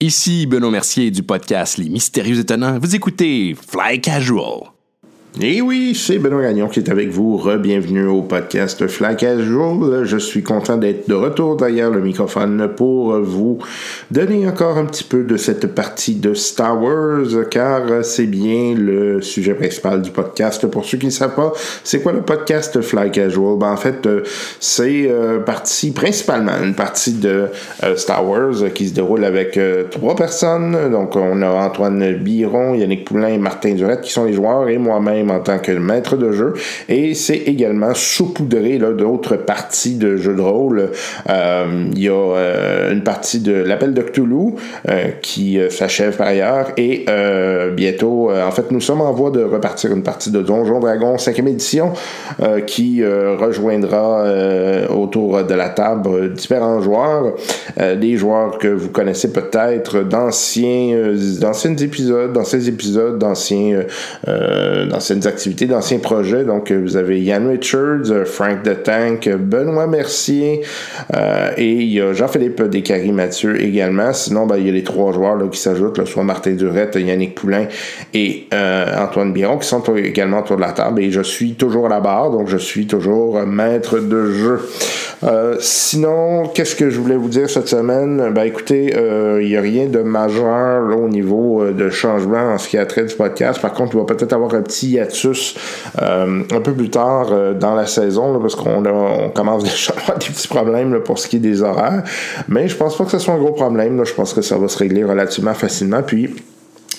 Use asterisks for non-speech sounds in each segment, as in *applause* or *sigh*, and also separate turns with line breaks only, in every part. Ici Benoît Mercier du podcast Les Mystérieux Étonnants. Vous écoutez Fly Casual.
Et oui, c'est Benoît Gagnon qui est avec vous. Re-bienvenue au podcast Fly Casual. Je suis content d'être de retour derrière le microphone pour vous donner encore un petit peu de cette partie de Star Wars, car c'est bien le sujet principal du podcast. Pour ceux qui ne savent pas, c'est quoi le podcast Fly Casual? Ben, en fait, c'est euh, partie principalement une partie de euh, Star Wars qui se déroule avec euh, trois personnes. Donc, on a Antoine Biron, Yannick Poulain et Martin Durette qui sont les joueurs et moi-même en tant que maître de jeu. Et c'est également saupoudré d'autres parties de jeux de rôle. Il euh, y a euh, une partie de l'appel de Cthulhu euh, qui s'achève par ailleurs. Et euh, bientôt, en fait, nous sommes en voie de repartir une partie de Donjon Dragon 5e édition euh, qui rejoindra euh, autour de la table euh, différents joueurs. euh, des joueurs que vous connaissez peut-être d'anciens d'anciens épisodes, d'anciens épisodes, d'anciens anciennes activités, d'anciens projets. Donc, euh, vous avez Yann Richards, euh, Frank de Tank, euh, Benoît Mercier euh, et il y a Jean-Philippe Descaries Mathieu également. Sinon, ben, il y a les trois joueurs là, qui s'ajoutent, soit Martin Durette, Yannick Poulain et euh, Antoine Biron qui sont également autour de la table. Et je suis toujours à la barre, donc je suis toujours maître de jeu. Euh, sinon, qu'est-ce que je voulais vous dire cette semaine? Ben écoutez, il n'y a rien de majeur là, au niveau euh, de changement en ce qui a trait du podcast. Par contre, il va peut-être avoir un petit hiatus euh, un peu plus tard euh, dans la saison, là, parce qu'on on commence *laughs* déjà à avoir des petits problèmes là, pour ce qui est des horaires. Mais je pense pas que ce soit un gros problème. Là. Je pense que ça va se régler relativement facilement. Puis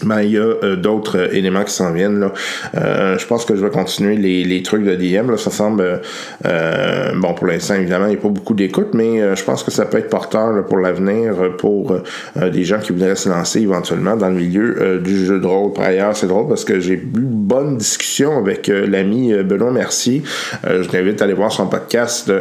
ben, il y a euh, d'autres euh, éléments qui s'en viennent. Là. Euh, je pense que je vais continuer les, les trucs de DM. Là. Ça semble euh, bon pour l'instant, évidemment, il n'y a pas beaucoup d'écoute, mais euh, je pense que ça peut être porteur là, pour l'avenir, euh, pour des gens qui voudraient se lancer éventuellement dans le milieu euh, du jeu de rôle. Par ailleurs, c'est drôle parce que j'ai eu bonne discussion avec euh, l'ami Benoît Mercier. Euh, je t'invite à aller voir son podcast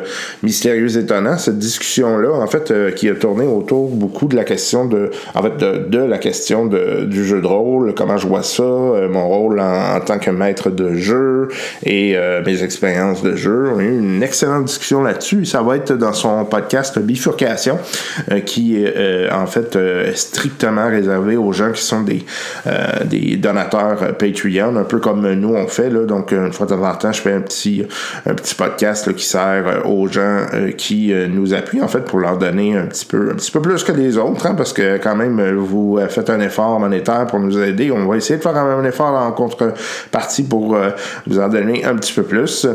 Mystérieux Étonnant. Cette discussion-là, en fait, euh, qui a tourné autour beaucoup de la question de en fait de, de la question de, du jeu de rôle, comment je vois ça, euh, mon rôle en, en, tant que maître de jeu et euh, mes expériences de jeu. On a eu une excellente discussion là-dessus. Ça va être dans son podcast Bifurcation, euh, qui est en fait est strictement réservé aux gens qui sont des, euh, des donateurs euh, Patreon, un peu comme nous on fait. Là. Donc, une fois de temps en temps, je fais un petit, un petit podcast là, qui sert euh, aux gens qui euh, nous appuient, en fait, pour leur donner un petit peu, un petit peu plus que les autres, hein, parce que quand même, vous euh, faites un effort monétaire pour nous aider. On va essayer de faire un effort en contrepartie pour euh, vous en donner un petit peu plus.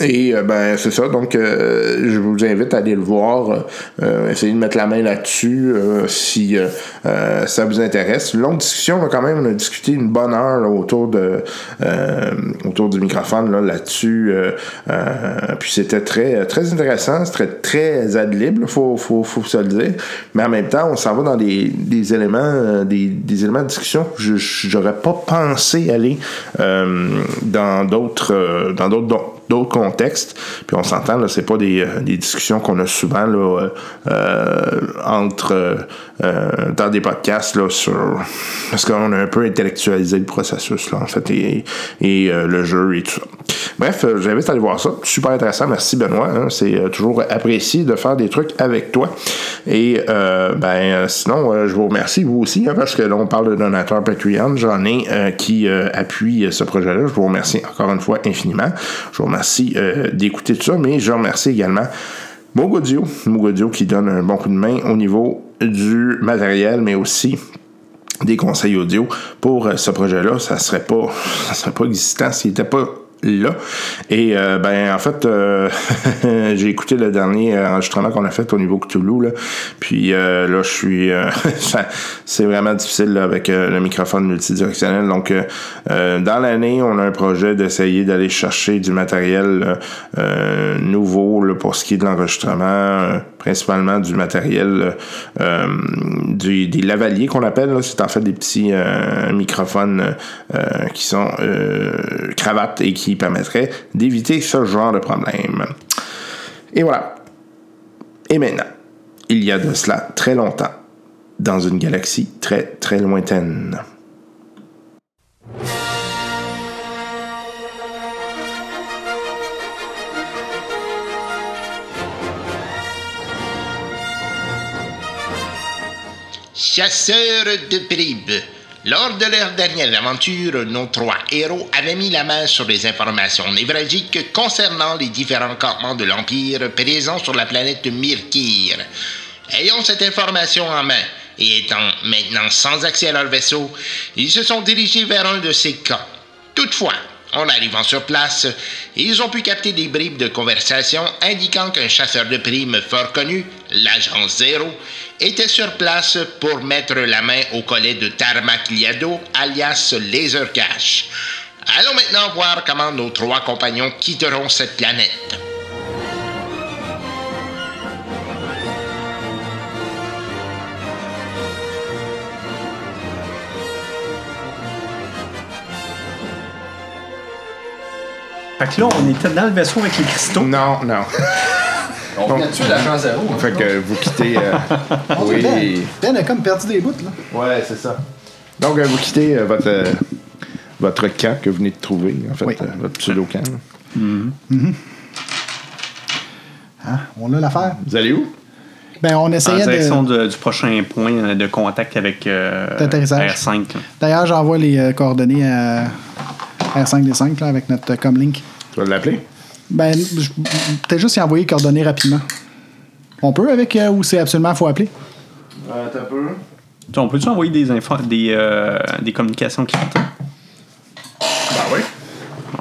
Et euh, ben c'est ça, donc euh, je vous invite à aller le voir, euh, essayer de mettre la main là-dessus euh, si euh, ça vous intéresse. Longue discussion là, quand même, on a discuté une bonne heure là, autour de euh, autour du microphone là, là-dessus. euh, puis c'était très très intéressant, c'était très ad libre, faut, faut, faut se le dire. Mais en même temps, on s'en va dans des, des éléments, euh, des, des, éléments de discussion que je, j'aurais pas pensé aller euh, dans d'autres euh, dans d'autres dons d'autres contextes. Puis on s'entend, là, c'est pas des, euh, des discussions qu'on a souvent là, euh, entre euh, dans des podcasts là, sur parce qu'on a un peu intellectualisé le processus là, en fait et, et euh, le jeu et tout ça. Bref, euh, j'invite à aller voir ça. Super intéressant. Merci Benoît. Hein. C'est toujours apprécié de faire des trucs avec toi. Et ben sinon, je vous remercie vous aussi hein, parce que là on parle de donateurs Patreon. J'en ai euh, qui appuient ce projet-là. Je vous remercie encore une fois infiniment. Je vous remercie merci euh, d'écouter tout ça, mais je remercie également Mogodio, Mogodio qui donne un bon coup de main au niveau du matériel, mais aussi des conseils audio pour euh, ce projet-là. Ça serait pas, *laughs* ça serait pas existant s'il n'était pas là. Et euh, ben en fait, euh, *laughs* j'ai écouté le dernier euh, enregistrement qu'on a fait au niveau Cthulhu. Là. Puis euh, *laughs* là, je suis. ça, c'est vraiment difficile là, avec euh, le microphone multidirectionnel. Donc euh, dans l'année, on a un projet d'essayer d'aller chercher du matériel euh, nouveau là, pour ce qui est de l'enregistrement, euh, principalement du matériel euh, du, des lavaliers qu'on appelle. Là. C'est en fait des petits euh, microphones euh, qui sont euh, cravates et qui qui permettrait d'éviter ce genre de problème. Et voilà. Et maintenant, il y a de cela très longtemps, dans une galaxie très très lointaine.
Chasseurs de bribes. Lors de leur dernière aventure, nos trois héros avaient mis la main sur des informations névralgiques concernant les différents campements de l'Empire présents sur la planète Myrkir. Ayant cette information en main et étant maintenant sans accès à leur vaisseau, ils se sont dirigés vers un de ces camps. Toutefois, en arrivant sur place, ils ont pu capter des bribes de conversation indiquant qu'un chasseur de primes fort connu, l'agent Zéro, était sur place pour mettre la main au collet de Tarmac Liado, alias Laser Cash. Allons maintenant voir comment nos trois compagnons quitteront cette planète.
Fait que là, on était dans le vaisseau avec les cristaux.
Non, non.
On vient de tuer l'agent zéro. hein.
fait que vous quittez. euh,
On dirait
oui.
Ben, Ben a comme perdu des bouts, là.
Ouais, c'est ça. Donc, euh, vous quittez euh, votre, euh, votre camp que vous venez de trouver, en fait,
Oui.
euh, votre pseudo-camp. là.
Hein? On a l'affaire.
Vous allez où?
Ben, on
En
essayait
direction
de.
de- du prochain point euh, de contact avec euh,
D'atterrissage.
R5. là.
D'ailleurs, j'envoie les euh, coordonnées à R5D5 là, avec notre euh, comlink.
Tu vas l'appeler?
Ben, je- peut-être juste y envoyer les coordonnées rapidement. On peut avec euh, ou c'est absolument faut appeler?
Attends un peu.
Tu sais, On peut-tu envoyer des, infos, des, euh, des communications qui partent?
Ah oui.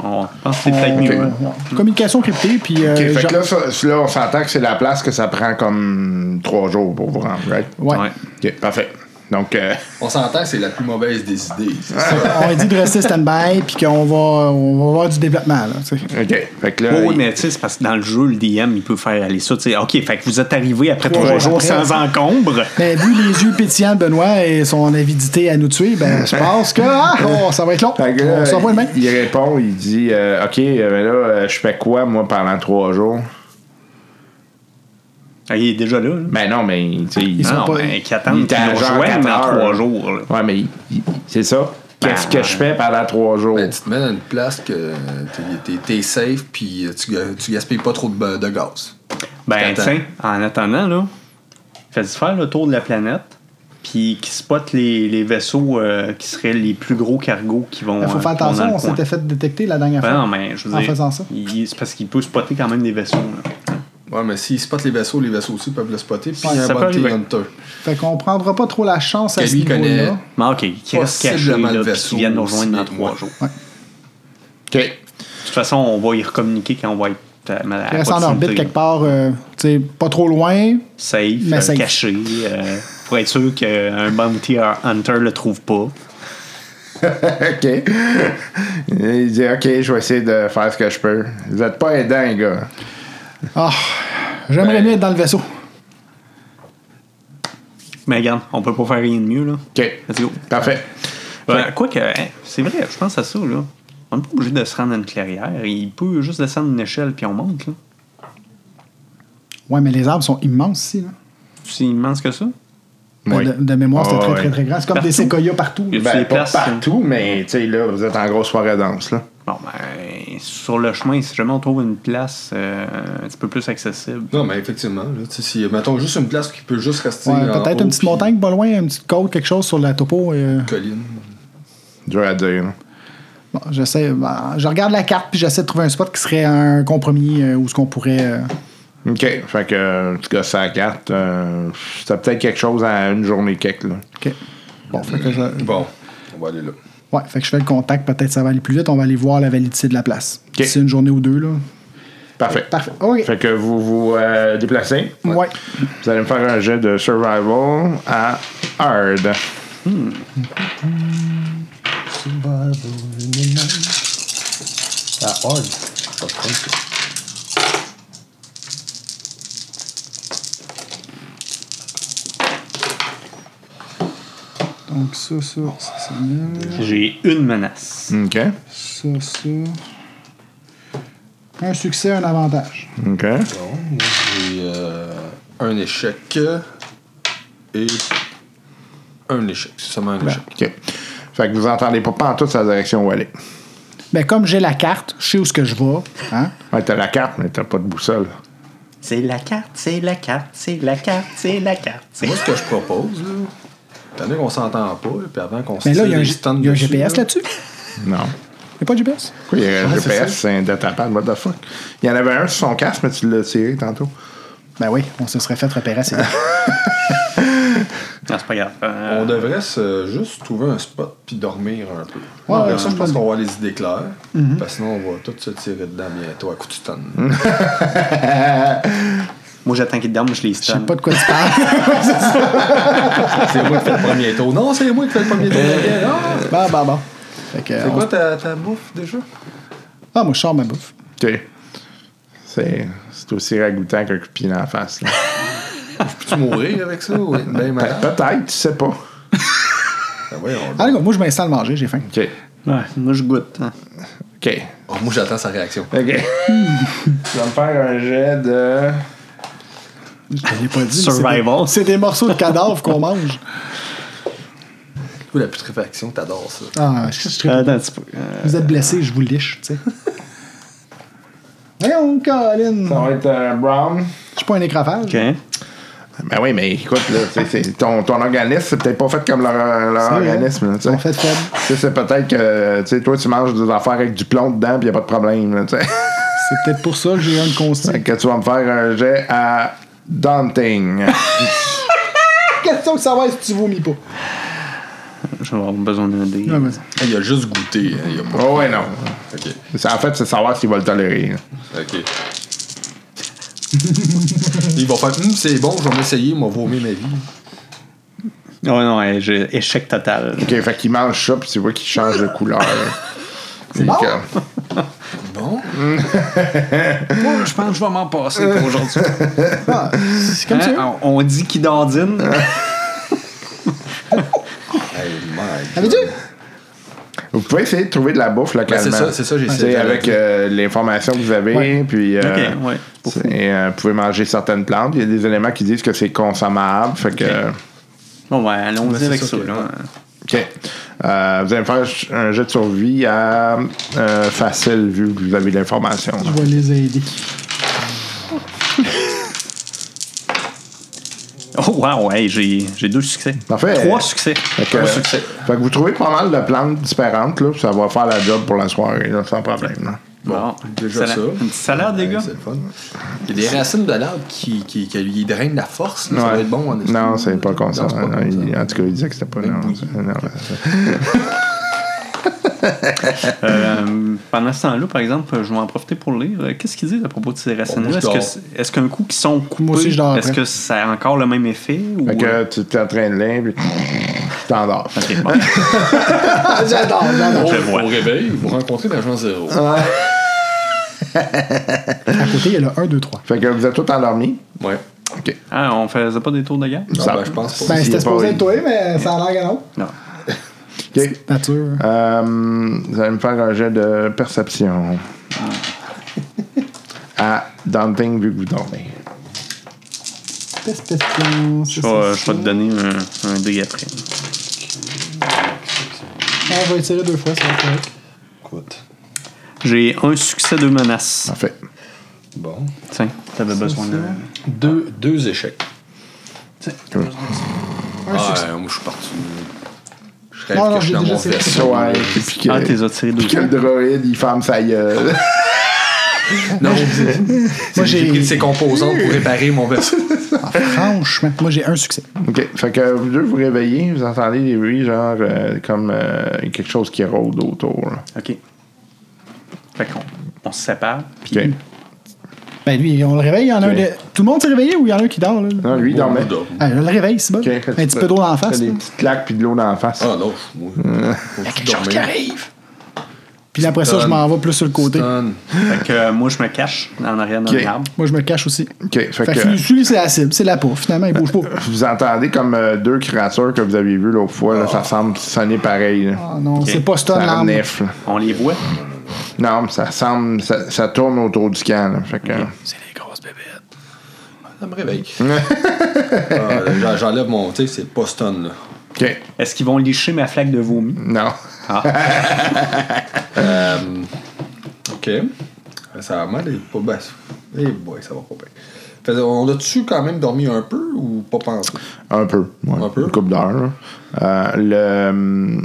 On pense que c'est peut-être mieux. hein.
Communication cryptée, puis. euh,
OK, fait
genre-
que là, ça- là, on s'entend que c'est la place que ça prend comme trois jours pour vous rendre, right?
ouais.
Ouais.
OK, parfait. Donc, euh,
On s'entend
C'est la plus mauvaise des idées. c'est ça.
*laughs* On a dit de rester stand-by, puis qu'on va, on va voir du développement, là, tu sais.
OK. Fait que là,
Oui, oui,
il-
mais tu sais, c'est parce que dans le jeu, le DM, il peut faire aller ça. tu sais, OK, fait que vous êtes arrivé après
Trois
trois
jours
jours sans encombre.
Mais Ben, vu les yeux pétillants de Benoît et son avidité à nous tuer, ben, je pense que
*laughs*
ah, oh, ça va être long.
Fait que là,
on s'envoie le mec.
il, il répond, il dit euh, OK, euh, mais là, euh, je fais quoi, moi, pendant trois jours?
Ah, Il est déjà là. là.
Ben non, mais tu sais, il-
sont
non,
pas-
mais qui attendent
était
qu'ils
à
nous
genre
rejoignent dans
4 heures.
trois jours. là.
Ouais, mais il- il- c'est ça. Qu'est-ce
Ben,
que je fais pendant trois jours?
Ben, tu te mets dans une place que t'es- t'es- t'es safe puis euh, tu, ga- tu gaspilles pas trop de, ba- de gaz.
Ben,
T'attends.
tiens, en attendant, là, fais-y faire le tour de la planète, puis qui spotent les, les vaisseaux euh, qui seraient les plus gros cargos qui vont.
Il Ben, faut faire
euh, qui vont dans
attention,
le
on
coin.
s'était fait détecter la dernière
Ben
fois.
non, mais je veux
en
dire,
faisant ça.
il- c'est parce qu'il peut spotter quand même des vaisseaux. là.
Ouais, mais s'ils spotent les vaisseaux, les vaisseaux aussi peuvent le spotter. Puis
Ouais,
il y a un
ça peut
bon
arriver.
T Hunter.
Fait qu'on prendra pas trop la chance à
Que
ce
lui connaît.
niveau-là.
Mais ok, qui reste caché,
Possiblement le
là, puis
vaisseau
qui viennent nous rejoindre dans
aussi,
trois
ouais.
jours.
OK.
De toute façon, on va y recommuniquer quand on va être à, à
Il reste en
proximité,
orbite quelque part, euh, tu sais, pas trop loin.
Safe,
mais
euh,
safe.
caché, euh, pour être sûr qu'un bounty hunter le trouve pas.
OK. *laughs* Il dit OK, je vais essayer de faire ce que je peux. Vous êtes pas aidant, les gars.
Ah, j'aimerais
Ben-
mieux être dans le vaisseau.
Mais regarde, on peut pas faire rien de mieux, là.
OK.
Let's go.
Parfait.
Ben, quoi que, hein, c'est vrai, je pense à ça, là. On n'est pas obligé de se rendre à une clairière. Il peut juste descendre une échelle puis on monte, là.
Ouais, mais les arbres sont immenses ici. là.
C'est immense que ça.
Oui.
De, de mémoire, c'est
Ah,
très,
ouais.
très, très grand. C'est comme des
Partout.
séquoias partout.
Il y a-
là.
Tu
Ben,
les
pas
places, euh,
partout, mais tu sais, là, vous êtes en grosse soirée dense, là.
Bon, ben, sur le chemin, si jamais on trouve une place euh, un petit peu plus accessible.
Non, mais effectivement, là, tu sais, si, mettons juste une place qui peut juste rester.
Ouais,
en
Peut-être
haut,
une petite
puis
montagne pas loin, une petite côte, quelque chose sur la topo. euh,
une Colline.
Dur à dire. là.
Bon, j'essaie, ben, je regarde la carte puis j'essaie de trouver un spot qui serait un compromis euh, où ce qu'on pourrait. euh,
OK. Fait que, euh, tu gosses à la carte. euh, C'était peut-être quelque chose à une journée quelque, là.
ok. Bon, fait que je,
Bon, on va aller là.
ouais, fait que je fais le contact. Peut-être ça va aller plus vite. On va aller voir la validité de la place.
Ok.
C'est une journée ou deux là.
Parfait.
Parfait. Ok.
Fait que vous vous euh, déplacez.
Ouais.
Vous allez me faire un jet de survival à hard.
Ah, hard. Pas de problème, ça.
Donc ça, ça, ça, ça,
J'ai une menace.
OK.
ça, ça. Un succès, un avantage.
OK.
J'ai euh, un échec et un échec. C'est seulement un échec.
OK. Fait que vous entendez pas pantoute sa direction où aller.
Mais Ben, comme j'ai la carte, je sais où ce que je vais. Hein?
Ouais, t'as la carte, mais t'as pas de boussole.
C'est la carte, c'est la carte, c'est la carte, c'est la carte. c'est-
Moi, ce que je propose, là, T'as qu'on s'entend pas, là, puis avant qu'on se
Mais Ben là, il y a un,
des
G-
stands
il y a un
dessus,
GPS
là.
là-dessus? Il n'y
Non.
a pas de GPS?
Pourquoi il y a un
Ouais, c'est
GPS,
ça.
c'est un datapad, what the fuck? Il y en avait un sur son casque, mais tu l'as tiré tantôt.
Ben oui, on se serait fait repérer assez vite.
Non, c'est pas grave. Euh,
On devrait se, juste trouver un spot puis dormir un peu.
Ouais,
Ouais,
ouais,
ça, je
bonne
pense Mhm. qu'on va avoir les idées claires. Parce que sinon, on va tous se tirer dedans bientôt à coup de stun.
Moi, j'attends qu'ils dorment, je les
Je sais
stun.
pas de quoi tu parles.
c'est moi qui fais le premier tour. Non, c'est moi qui fais le premier tour. de la guerre. Ah!
Bon, bon, bon. Fait que,
c'est
on-
quoi ta, ta bouffe déjà?
Ah, moi, je sors ma bouffe.
OK. C'est c'est aussi ragoûtant qu'un coup de pied dans la face. là.
Peux-tu mourir avec ça? Oui. Ben, malade.
Peut-être, tu sais pas.
Ben, voyons.
Ah, d'accord, moi, je m'installe manger, j'ai faim.
OK.
Ouais, moi, je goûte. hein.
OK.
Oh, moi, j'attends sa réaction.
*laughs* OK. tu vas me faire un jet de.
Je te l'ai pas dit. mais c'est des-
Survival.
C'est des, morceaux de cadavres qu'on mange.
Toi, la putréfaction, t'adores ça.
Ah, je, je- je-
Attends un petit peu. Euh,
vous êtes blessé, je vous liche, tu sais. Voyons, Colin!
Ça va être euh, brown.
Je suis pas un écrafage.
OK.
Ben oui, mais écoute, là, c'est- c'est- ton, ton organisme, c'est peut-être pas fait comme leur, leur
C'est vrai.
organisme. là, tu sais.
Ils sont faits faibles.
Tu sais, C'est peut-être que tu sais, toi, tu manges des affaires avec du plomb dedans, puis y a pas de problème. là, tu sais. *laughs*
C'est peut-être pour ça que j'ai un de consti.
Fait que tu vas me faire un jet à Daunting.
Question de savoir si tu vomis pas.
Je vais avoir besoin d'un dé.
Ouais, vas-y.
Ah, Il a juste goûté. hein, il a pas...
oh, ouais, non.
Ok.
C'est- En fait, c'est savoir s'il va le tolérer. là.
*laughs* Ok. Ils vont faire Hum, c'est bon, je vais m'essayer, moi, vomir ma vie.
Oh non, ouais, j'ai échec total.
OK, fait qu'il mange ça, puis tu vois qu'il change de couleur. C'est
bon?
Bon?
Moi, je pense que je vais m'en passer pour *laughs* aujourd'hui.
Ah, c'est comme
Hein?
ça.
On on dit qu'il dordine.
Hey, my God.
T'avais dit?
Vous pouvez essayer de trouver de la bouffe
Ben,
localement.
c'est ça, c'est ça, j'ai
Tu sais,
essayé.
avec euh, l'information que vous avez,
Ouais.
puis euh,
Ok, ouais.
c'est- euh, vous pouvez manger certaines plantes. Il y a des éléments qui disent que c'est consommable. Fait que,
Bon, ouais, allons-y
Ben, c'est
avec
ça
ça.
que-
là.
OK. Euh, vous allez me faire un jet de survie à euh, facile, vu que vous avez de l'information.
Je vais les aider.
Oh, wow, ouais, j'ai j'ai deux succès.
Parfait.
Trois succès.
Fait que,
Trois
euh,
succès.
fait que vous trouvez pas mal de plantes différentes, là, puis ça va faire la job pour la soirée, là, sans problème. là.
Bon,
déjà
salade-
ça.
Une petite salade, les
Ouais,
gars.
Euh, C'est le fun. Il y a des racines de l'arbre qui, qui, qui lui drainent la force. là. Ça
Ouais.
va être bon hein, en
Non, c'est pas conscient.
Non, c'est pas
Non, il-
conscient.
en tout cas, il disait que c'était pas. Non,
bouillie.
non, ouais.
Euh, pendant ce temps-là, par exemple, je vais en profiter pour lire. Euh, Qu'est-ce qu'ils disent à propos de ces
Bon,
racines-là?
moi, je
Est-ce que
dors.
c'est- est-ce qu'un coup qui sont coupés,
Moi aussi, je dors
est-ce
après.
que ça a encore le même effet? Ou... euh,
Fait que tu t'entraînes là, puis tu t'endors.
Ok, bon.
Ah, j'adore, j'adore.
Au-
Je vois.
Au réveil, vous rencontrez l'agent zéro.
À côté, il y a le 1, 2, 3.
Fait que vous êtes tous endormis.
Ouais.
OK.
Ah, on faisait pas des tours de guerre?
Non,
Ça-
ben, je pense
Ben,
pas.
S'il y
c'était
a
supposé
pas-
être toi, mais ça a l'air que non.
Non.
OK.
Nature.
Ah.
Euh, vous allez me faire un jet de
*laughs*
perception. à Daunting, vu que vous dormez.
Perception. c'est
Je
ça,
vais, je
c'est
vais te
ça.
donner un, un dé après.
On va essayer deux fois, ça va être correct.
Écoute.
J'ai un succès de menace.
Parfait.
Bon.
Tiens, t'avais besoin de.
Deux, deux échecs.
Un
Ah,
succès.
ouais, moi, je suis parti. Je rêve
Non, non,
que je suis
j'ai
dans
déjà
mon
essayé.
vaisseau.
Ouais, puis euh, puis que,
Ah, t'es as tiré deux
puis que le droïde, il ferme
*laughs*
sa gueule.
Non,
Moi,
j'ai
j'ai-
pris ses composants
*laughs*
pour réparer mon vaisseau.
Franchement, moi, j'ai un succès.
OK. Fait que vous deux vous réveillez, vous entendez des bruits, genre euh, comme euh, quelque chose qui rôde autour. là.
Ok. Fait qu'on on se sépare. Puis
OK.
Ben lui, on le réveille, il y en a
Ok.
un de... Tout le monde s'est réveillé ou il y en a un qui dort, là?
Non, lui, il dormait.
Bon,
Ah, je le réveille, c'est bon.
Ok,
Un
fait que tu
petit
fais-
peu d'eau dans la face.
fais
là.
Des petites claques puis de l'eau dans la face.
Ah non, je- moi. Il y a quelque chose qui arrive.
Puis après ça, je m'en vais plus sur le côté.
Fait que euh, moi, je me cache en arrière d'un
Ok.
arbre.
Moi, je me cache aussi.
OK. Fait
Fait
que
que celui, c'est la cible, c'est la peau. Finalement, il bouge pas.
vous entendez comme euh, deux créatures que vous avez vues l'autre fois. là, ça semble sonner pareil. là.
Ah non,
Ok.
c'est pas Stone
ça
l'arme.
renifle. là.
On les voit.
Non, mais ça semble. Ça, ça tourne autour du camp. là. Fait que,
C'est des grosses bébêtes.
Ça me réveille. Ah, j'en- J'enlève mon. Tu sais, c'est pas stun, là.
OK.
Est-ce qu'ils vont licher ma flaque de vomi?
Non.
Euh, ben, OK. Ça va mal, et pas basse. Eh boy, ça va pas bien. Fait que On a-tu quand même dormi un peu ou pas pensé?
Un peu. ouais.
Un peu?
Une couple d'heures. là. Euh, le...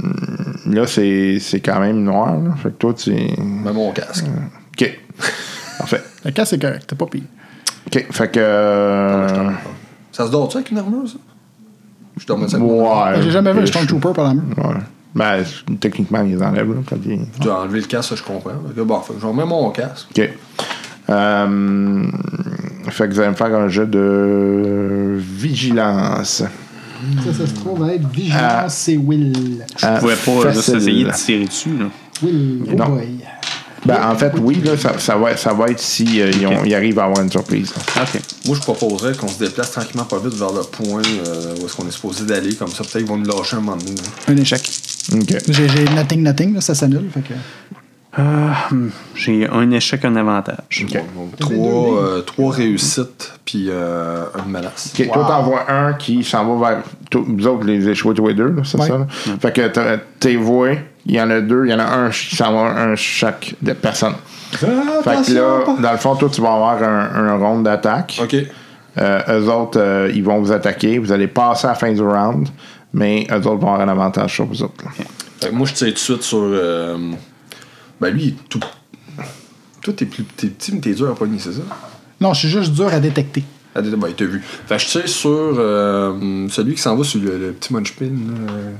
Là, c'est c'est quand même noir. là. Fait que toi, tu.
Même mon casque.
Hmm. OK. *laughs* Parfait.
Le cas, c'est correct. T'es pas pire.
OK. Fait que. euh,
Ah,
Ça se dort-tu avec une armure, ça? Je dormais ça avec mon armure.
euh, Ouais.
Ah, J'ai jamais vu un
je
Stormtrooper par la main.
Ouais. Ben, techniquement, ils enlèvent là, quand ils.
J'ai enlevé le casque, ça, je comprends. Fait que, bon, fait que je remets mon casque.
OK. Euh, fait que vous allez me faire un jeu de vigilance.
Ça, ça se trouve à être
Ah.
Vigilance, c'est Will.
Euh,
Je pouvais pas juste
facile.
essayer de tirer dessus. Là.
Will, oh
Non.
boy.
Ben, en fait, oui, là, ça, ça va, ça va être si euh, ils, ont- ils arrivent à avoir une surprise. là.
Ok.
Moi, je proposerais qu'on se déplace tranquillement pas vite vers le point euh, où est-ce qu'on est supposé d'aller. Comme ça, peut-être qu'ils vont nous lâcher un moment donné. là.
Un échec.
OK.
J'ai j'ai nothing, nothing, là, ça s'annule. Fait que...
Ah, hmm, J'ai un échec, un avantage.
OK.
Bon, donc, trois, euh, trois réussites, puis euh, une menace.
OK, Toi, t'en vois un qui s'en va vers. toi- vous autres, les échoués, tous les deux, là, c'est
Ouais.
ça? là? Fait que t'as- t'es voué, il y en a deux, il y en a un qui s'en va, un chaque de personne.
Ah,
Fait que là, dans le fond, toi, tu vas avoir un, un round d'attaque.
OK.
Euh, eux autres, euh, ils vont vous attaquer. Vous allez passer à la fin du round, mais eux autres vont avoir un avantage sur vous autres. là.
Fait que moi, je tire tout de suite sur. euh, ben, lui, il est tout. Toi, t'es plus t'es petit, mais t'es dur à pogner, c'est ça?
Non, je suis juste dur à détecter.
Ah, t'es- ben, il t'a vu. Fait que je tire sur euh, celui qui s'en va sur le, le petit munchpin. là.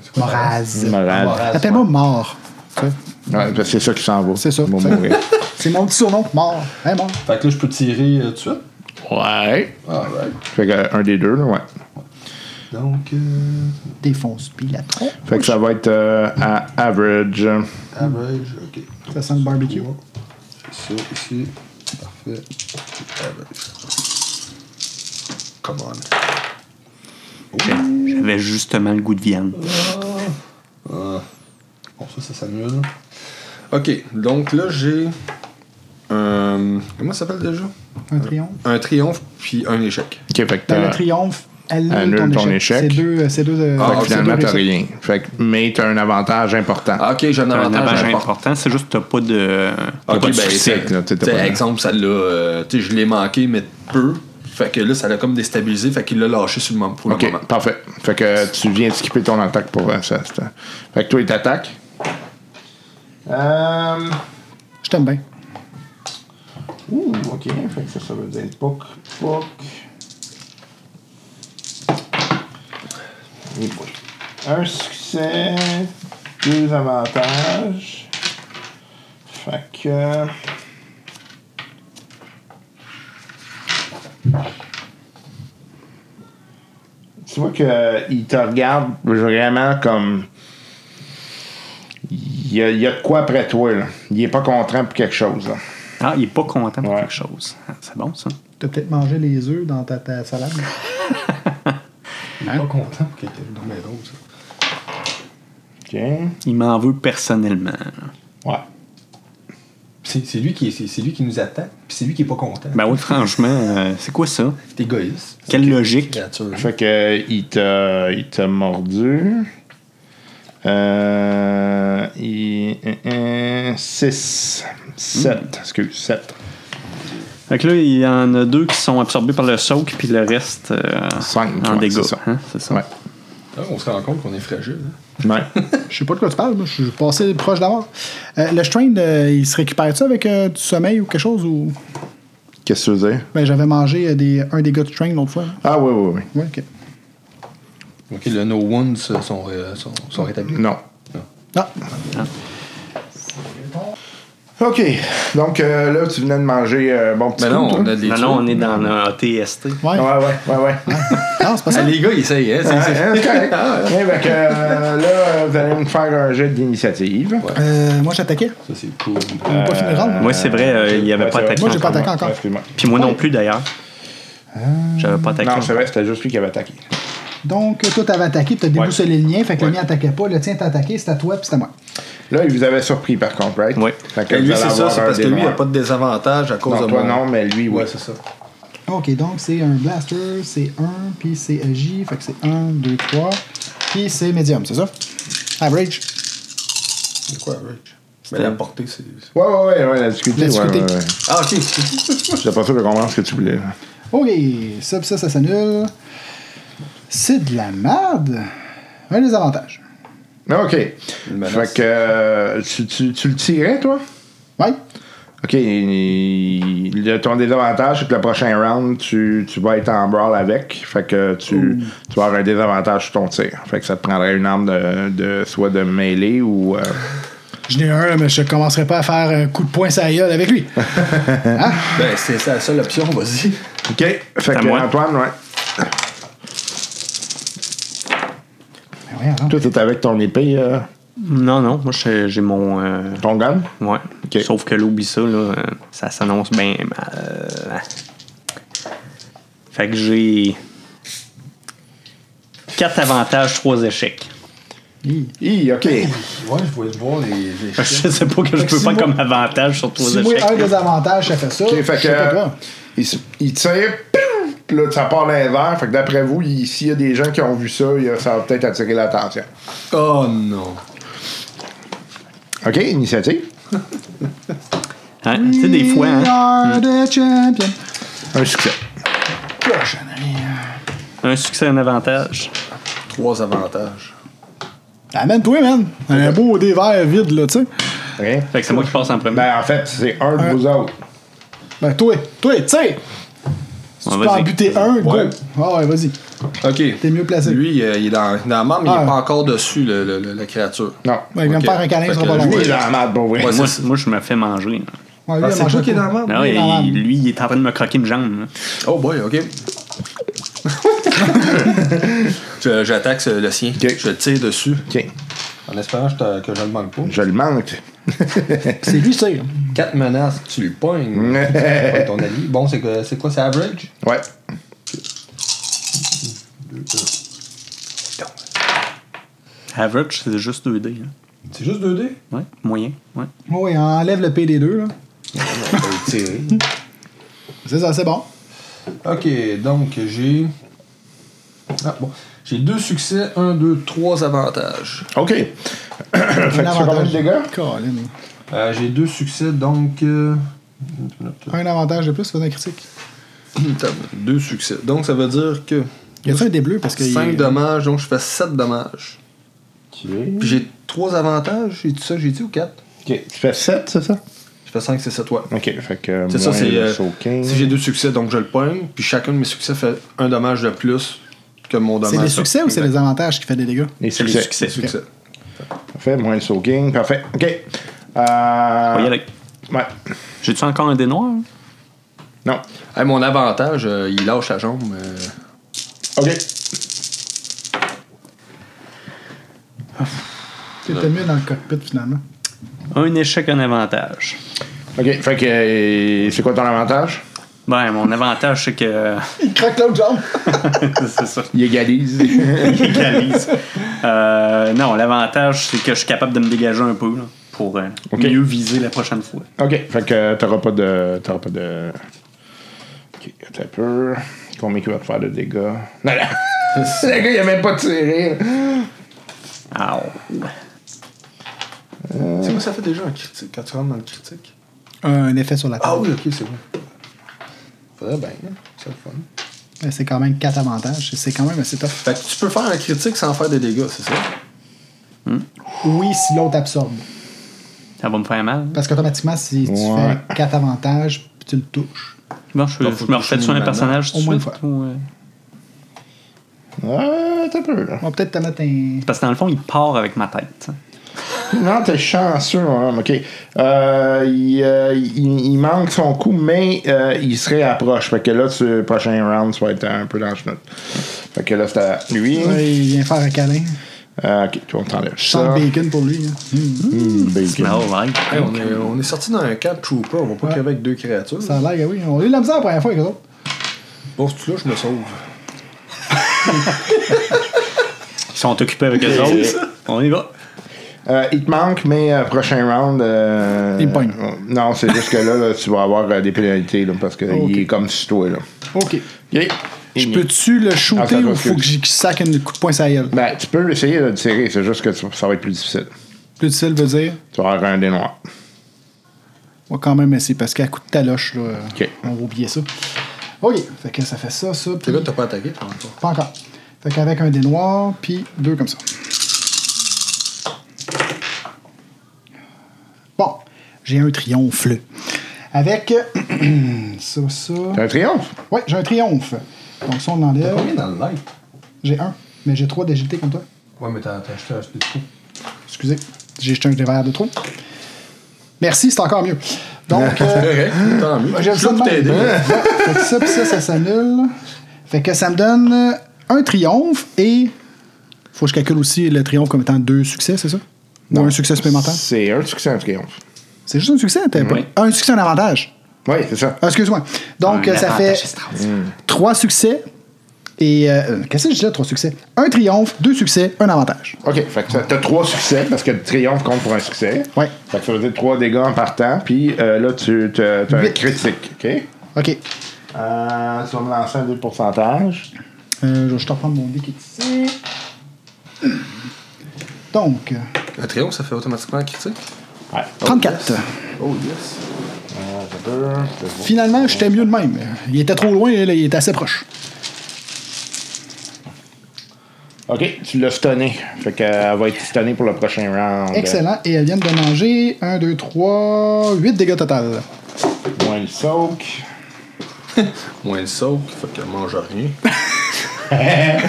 C'est quoi?
Moraz.
Moraz.
Moraz,
Appelle-moi mort. Tu sais,
Ouais, parce que c'est ça qui s'en va.
C'est ça.
Ils vont mourir.
C'est mon petit surnom, mort. Hein, mort.
Fait que là, je peux tirer euh, tout de suite.
ouais.
Ah, ouais.
Fait que euh, un des deux, là, ouais.
Donc, euh,
Défonce, puis la tronche.
Fait que ça va être euh, à average.
average, ok.
Ça sent le barbecue.
C'est ça, ici. Parfait. Average. Come on.
J'avais justement le goût de viande.
Bon, ça, ça s'annule. Ok, donc là, j'ai. euh, comment ça s'appelle déjà
Un triomphe.
Un triomphe puis un échec.
Ok, fait que euh,
T'as
t'as-
le triomphe, annule,
Annule
ton,
ton
échec.
échec.
C'est deux, euh, c'est deux, euh,
Fait que
c'est
finalement,
deux
t'as
échecs.
rien. Fait que, mais t'as un avantage important.
Ah, ok, j'ai un
Un
avantage,
avantage
important.
important, c'est juste que t'as pas de. t'as
Ok,
pas
ben,
de succès.
là, t'sais,
c'est.
t'as
t'sais,
pas-
exemple, ça l'a. euh, tu sais, je l'ai manqué, mais peu. Fait que là, ça l'a comme déstabilisé, fait qu'il l'a lâché sur le moment, pour le moment.
ok, parfait. Fait que tu viens de skipper ton attaque pour euh, ça. c'est, euh, Fait que toi, il t'attaque. Euh...
Je t'aime bien.
Ouh, ok. Fait que ça, ça veut dire poc, poc. Et boy. Un succès, deux avantages. Fait que. Tu vois qu'il te regarde vraiment comme. Il y a, il y a de quoi après toi, là. Il est pas content pour quelque chose, là.
Ah, il est pas content pour
Ouais.
quelque chose. Ah, C'est bon, ça.
T'as peut-être mangé les œufs dans ta, ta salade.
Pas content pour quelqu'un de mes roses.
Ok.
Il m'en veut personnellement. là.
Ouais.
C'est c'est lui, qui- c'est- c'est lui qui nous attaque, puis c'est lui qui est pas content.
Ben oui, franchement, euh, c'est quoi ça?
C'est égoïste.
Quelle logique?
Créature.
Fait que il t'a il t'a mordu. Euh, 6 7 excuse 7
Fait que là, il y en a deux qui sont absorbés par le soak, puis le reste euh,
Cinq,
en
ouais,
dégâts.
c'est ça.
hein, C'est ça.
Ouais.
Ah, on se rend compte qu'on est fragile. hein.
Ouais.
Je sais pas de quoi tu parles, moi. Je suis passé proche de la mort. Euh, le strain, euh, il se récupère-tu avec euh, du sommeil ou quelque chose? Ou...
*laughs* Qu'est-ce que tu veux dire
Ben, j'avais mangé euh, des, un des gars du strain l'autre fois. hein.
Ah oui oui oui.
Ouais, ok.
Ok, le no ones euh, sont, euh, sont, sont rétablis.
Non.
Ah,
OK. Donc euh, là tu venais de manger euh, bon petit
Mais
coup,
non,
toi?
on a des
Non,
trucs.
non, on est dans un ATST.
ouais.
Ouais ouais ouais ouais. *laughs*
Non, c'est pas
Ah,
ça.
les gars, ils essayent, hein. c'est-
Hein,
c'est-
hein, c'est correct. Ouais, fait que, euh, là vous allez me faire un jet d'initiative.
Euh, moi, j'attaquais.
Ça, c'est cool.
On n'a pas fini le round.
Ouais, c'est vrai, euh, il avait
Ouais,
pas
c'est
attaqué.
Moi, j'ai pas
encore.
attaqué encore.
Excuse-moi.
Puis moi non plus, d'ailleurs. J'avais pas attaqué.
Non, c'est vrai, c'était juste lui qui avait attaqué.
Donc, toi, t'avais attaqué, t'as déboussolé le lien, fait que le mien attaquait pas. Le tien, t'as attaqué, c'était à toi, puis c'était à moi.
Là, il vous avait surpris par contre, right?
Oui.
Fait que
Et
vous
lui,
allez
c'est ça,
avoir
c'est
un
parce que
des
lui, il a
noirs.
pas de désavantage à cause
Non,
de
toi
mon-
non, mais lui, oui.
Ouais, c'est ça.
OK, donc c'est un blaster, c'est 1, puis c'est J, fait que c'est 1, 2, 3, puis c'est medium, c'est ça? Average.
C'est quoi, Rich? Mais la portée, c'est.
Ouais, ouais, ouais, ouais, la
La
difficulté. ouais,
difficulté.
ouais, ouais.
Ah, ok.
J'étais pas sûr de comprendre ce que tu voulais.
Ok, ça, pis ça, ça s'annule. C'est de la merde. Un des avantages.
OK.
Une menace.
Fait que euh, tu, tu- tu le tirais, toi?
Ouais.
OK. Le, ton désavantage, c'est que le prochain round, tu, tu vas être en brawl avec. Fait que tu, tu vas avoir un désavantage sur ton tir. Fait que ça te prendrait une arme de, de- soit de mêlée ou. euh,
Je n'ai un, là, mais je commencerai pas à faire un coup de poing sur la gueule avec lui.
Ben, c'est ça la seule option, vas-y.
OK. Fait
À
que
moi.
Antoine, ouais.
Ben voyons donc.
Toi, t'es avec ton épée, euh,
Non, non, moi j'ai j'ai mon. euh,
ton gun?
ouais.
Ok.
Sauf que l'oublie ça, là, euh, ça s'annonce bien mal. Fait que j'ai. 4 avantages, 3 échecs. *laughs*
Hi, OK.
Ouais, je voulais voir les, les *laughs*
Je sais pas que je
Fait que
peux
si
pas
moi-
comme avantage sur 3
Si moi,
échecs.
un des avantages, ça fait ça.
OK, fait
je sais pas
que. euh,
toi.
Il, s- il tire, pim, pis là, ça part dans les airs. Fait que d'après vous, il- s'il y a des gens qui ont vu ça, il y a- ça va peut-être attirer l'attention.
Oh non.
OK, initiative.
Hein, Tu sais, des fois, hein,
We are the champion.
Un succès.
Cochonnerie.
un succès, un avantage.
Trois avantages.
Amène-toi, man. Un beau dé vert vide, là, tu sais.
Rien.
Fait que c'est moi qui passe en premier.
Ben, en fait, c'est un de vous autres.
Ben, toi, toi, tu sais. Si
Ouais,
tu peux
vas-y.
en buter un, go.
Ouais.
Ah ouais, vas-y.
Ok.
T'es mieux placé.
Lui, euh, il est dans, dans la marde, mais il
Ah.
n'est pas encore dessus, le, le- le- la créature.
Non.
Ouais, Ben, il vient
Ok.
me faire un câlin,
Fait
ça
que
sera pas long.
Lui,
Ouais,
il est dans la merde, pour vrai.
Ouais,
moi,
c'est-
moi, je me fais manger. hein. là.
lui, il
Ah,
a
c'est
mangé
toi qui est dans la merde?
Non,
Oui,
il-
dans la-
lui, il est en train de me croquer une jambe. hein. là.
Oh boy, *laughs* ok. Je- J'attaque ce- le sien.
Ok.
Je le tire dessus.
OK.
En espérant que je te- que je ne le manque pas.
Je le manque.
C'est lui, tu sais.
Quatre menaces, tu le *laughs* pognes. C'est pas ton allié. Bon, c'est que- c'est quoi, c'est average?
Ouais.
Average, c'est juste 2D. là.
C'est juste 2D?
Ouais, moyen. Ouais.
Oui, enlève le PD2, là.
On va le tirer.
C'est ça, c'est bon.
*laughs* ok, donc j'ai. Ah bon. J'ai deux succès, un, deux, trois avantages.
OK. *coughs* fait que tu fais combien de dégâts?
Colin.
Euh, j'ai deux succès, donc. *clears throat* euh,
Un avantage de plus, fais un critique.
Deux succès. Donc ça veut dire que.
Y a-tu un dé bleu parce que.
5
il-
dommages, donc je fais 7 dommages. Puis j'ai 3 avantages, j'ai dit ça, j'ai dit ou 4
OK. Tu fais 7, c'est ça?
Je fais 5, c'est 7, ouais.
OK. Fait que.
C'est ça,
moins
c'est.
le
euh,
saut quinze.
si j'ai 2 succès, donc je le pogne, puis chacun de mes succès fait un dommage de plus que mon dommage.
C'est les succès ou c'est les avantages qui font des dégâts?
Les
C'est les
succès.
succès.
Les succès.
Parfait. Moins le saut gang. Parfait. OK. Euh...
On va y aller.
Ouais.
J'ai-tu encore un dé noir?
Non.
Hey, mon avantage, euh, il lâche la jambe. euh,
OK.
T'étais mieux dans le cockpit, finalement.
Un échec, un avantage.
OK. Fait que. euh, C'est quoi ton avantage?
Ben, mon avantage, c'est que. *laughs*
Il craque l'autre jambe.
c'est ça.
Il égalise.
Égalise. Euh, non, l'avantage, c'est que je suis capable de me dégager un peu là, pour euh,
Ok.
mieux viser la prochaine fois.
OK. Fait que t'auras pas de. T'auras pas de. OK. T'as peur. Combien tu vas te faire de dégâts? Non, non. *laughs* Le gars, il a même pas tiré.
Ow.
C'est quoi, ça fait déjà un critique quand tu rentres dans le critique
Un effet sur la table.
Ah oui, ok, c'est bon. Faudrait bien, hein, c'est le fun.
Ben, C'est quand même 4 avantages. C'est quand même assez tough.
Fait que tu peux faire un critique sans faire des dégâts, c'est ça
Oui, si l'autre absorbe.
Ça va me faire mal.
Parce qu'automatiquement, si tu
Ouais.
fais 4 avantages, puis tu le touches.
Bon, je,
Donc,
je
faut
me
toucher
refais sur un
minimalement.
personnage tout
Au
de
moins une
suite,
fois.
ou, euh,
Ah, t'as peur, là.
On va peut-être te mettre un.
Parce que dans le fond, il part avec ma tête. hein.
Non, t'es chanceux, mon homme. OK. Euh, il, euh, il- il manque son coup, mais euh, il se réapproche. Fait que là, tu- le prochain round, tu vas être un peu dans le chenoute. Fait que là, c'est à lui.
Ouais, il vient faire un câlin.
Euh, OK, toi, on t'enlève
Sans
ça.
bacon pour lui. hein. Hum.
Mmh, bacon.
No, like.
Hey, on, est, on est sorti dans un camp trooper, on va pas
Ouais.
crever avec deux créatures.
Ça a l'air que oui. On a eu de la misère la première fois avec eux autres.
Bon, c'est là, je me sauve.
Ils sont occupés avec les autres. On y va.
Euh, il te manque, mais euh, prochain round. euh,
Il me pogne.
euh, non, c'est juste que là, là, tu vas avoir euh, des pénalités, là, parce qu'il
Ok.
est comme si toi, là.
OK.
OK.
Je
Il-
peux-tu le
Ah, ça
shooter
doit
ou faut
être
que j'y sac un coup de poing sur la gueule?
Ben, tu peux essayer de le tirer, c'est juste que tu- ça va être plus difficile.
Plus difficile veut dire.
Tu vas avoir un dé noir.
On va quand même essayer parce qu'à coup de taloche, là,
OK.
on va oublier ça. OK. Fait que ça fait ça, ça.
T'es
puis-
là, t'as pas attaqué, toi, encore.
Pas encore. Fait qu'avec un dé noir, puis deux comme ça. Bon, j'ai un triomphe. là. Avec *clears throat* euh, ça, ça.
T'as un triomphe?
Ouais, j'ai un triomphe. Donc ça, on enlève.
Combien dans le light?
J'ai un, mais j'ai trois d'agilité comme toi.
Ouais, mais t'as t'as acheté un acheté de coup.
Excusez, j'ai jeté un dé vert de trop. Merci, c'est encore mieux.
*laughs*
Donc, euh,
Correct, tant mieux.
j'aime
Je suis
ça de
là pour
même.
t'aider.
Fait que ça, puis ça, ça s'annule. Fait que ça me donne euh, un triomphe et. Faut que je calcule aussi le triomphe comme étant deux succès, c'est ça? Ou un succès supplémentaire?
C'est un succès, un triomphe.
C'est juste un succès, t'as pas-
Oui.
Un succès, un avantage.
Oui, c'est ça.
Ah, Excuse-moi. Donc,
Un
euh, ça fait
avantage extraordinaire.
Hmm.
trois succès et. euh, euh, Qu'est-ce que je dis là, trois succès? Un triomphe, deux succès, un avantage.
OK, fait que ça- t'as trois succès parce que le triomphe compte pour un succès.
Ouais.
Fait que ça veut dire trois dégâts en partant, puis euh, là, tu t'as t'as un
Huit.
critique, OK?
OK.
Euh, tu vas me lancer un 2 pourcentage.
Euh, je vais juste reprendre mon dé qui est ici. Donc, euh,
Un triomphe, ça fait automatiquement un critique.
Ouais.
34.
Oh, yes.
Euh, t'as deux, t'as deux.
Finalement, j'étais mieux de même. Il était trop loin, là, il était assez proche.
OK, tu l'as stunné. Fait qu'elle va être stunnée pour le prochain round.
Excellent. Et elle vient de manger 1, 2, 3, 8 dégâts total.
Moins le soak.
Moins le saut, fait qu'elle mange rien.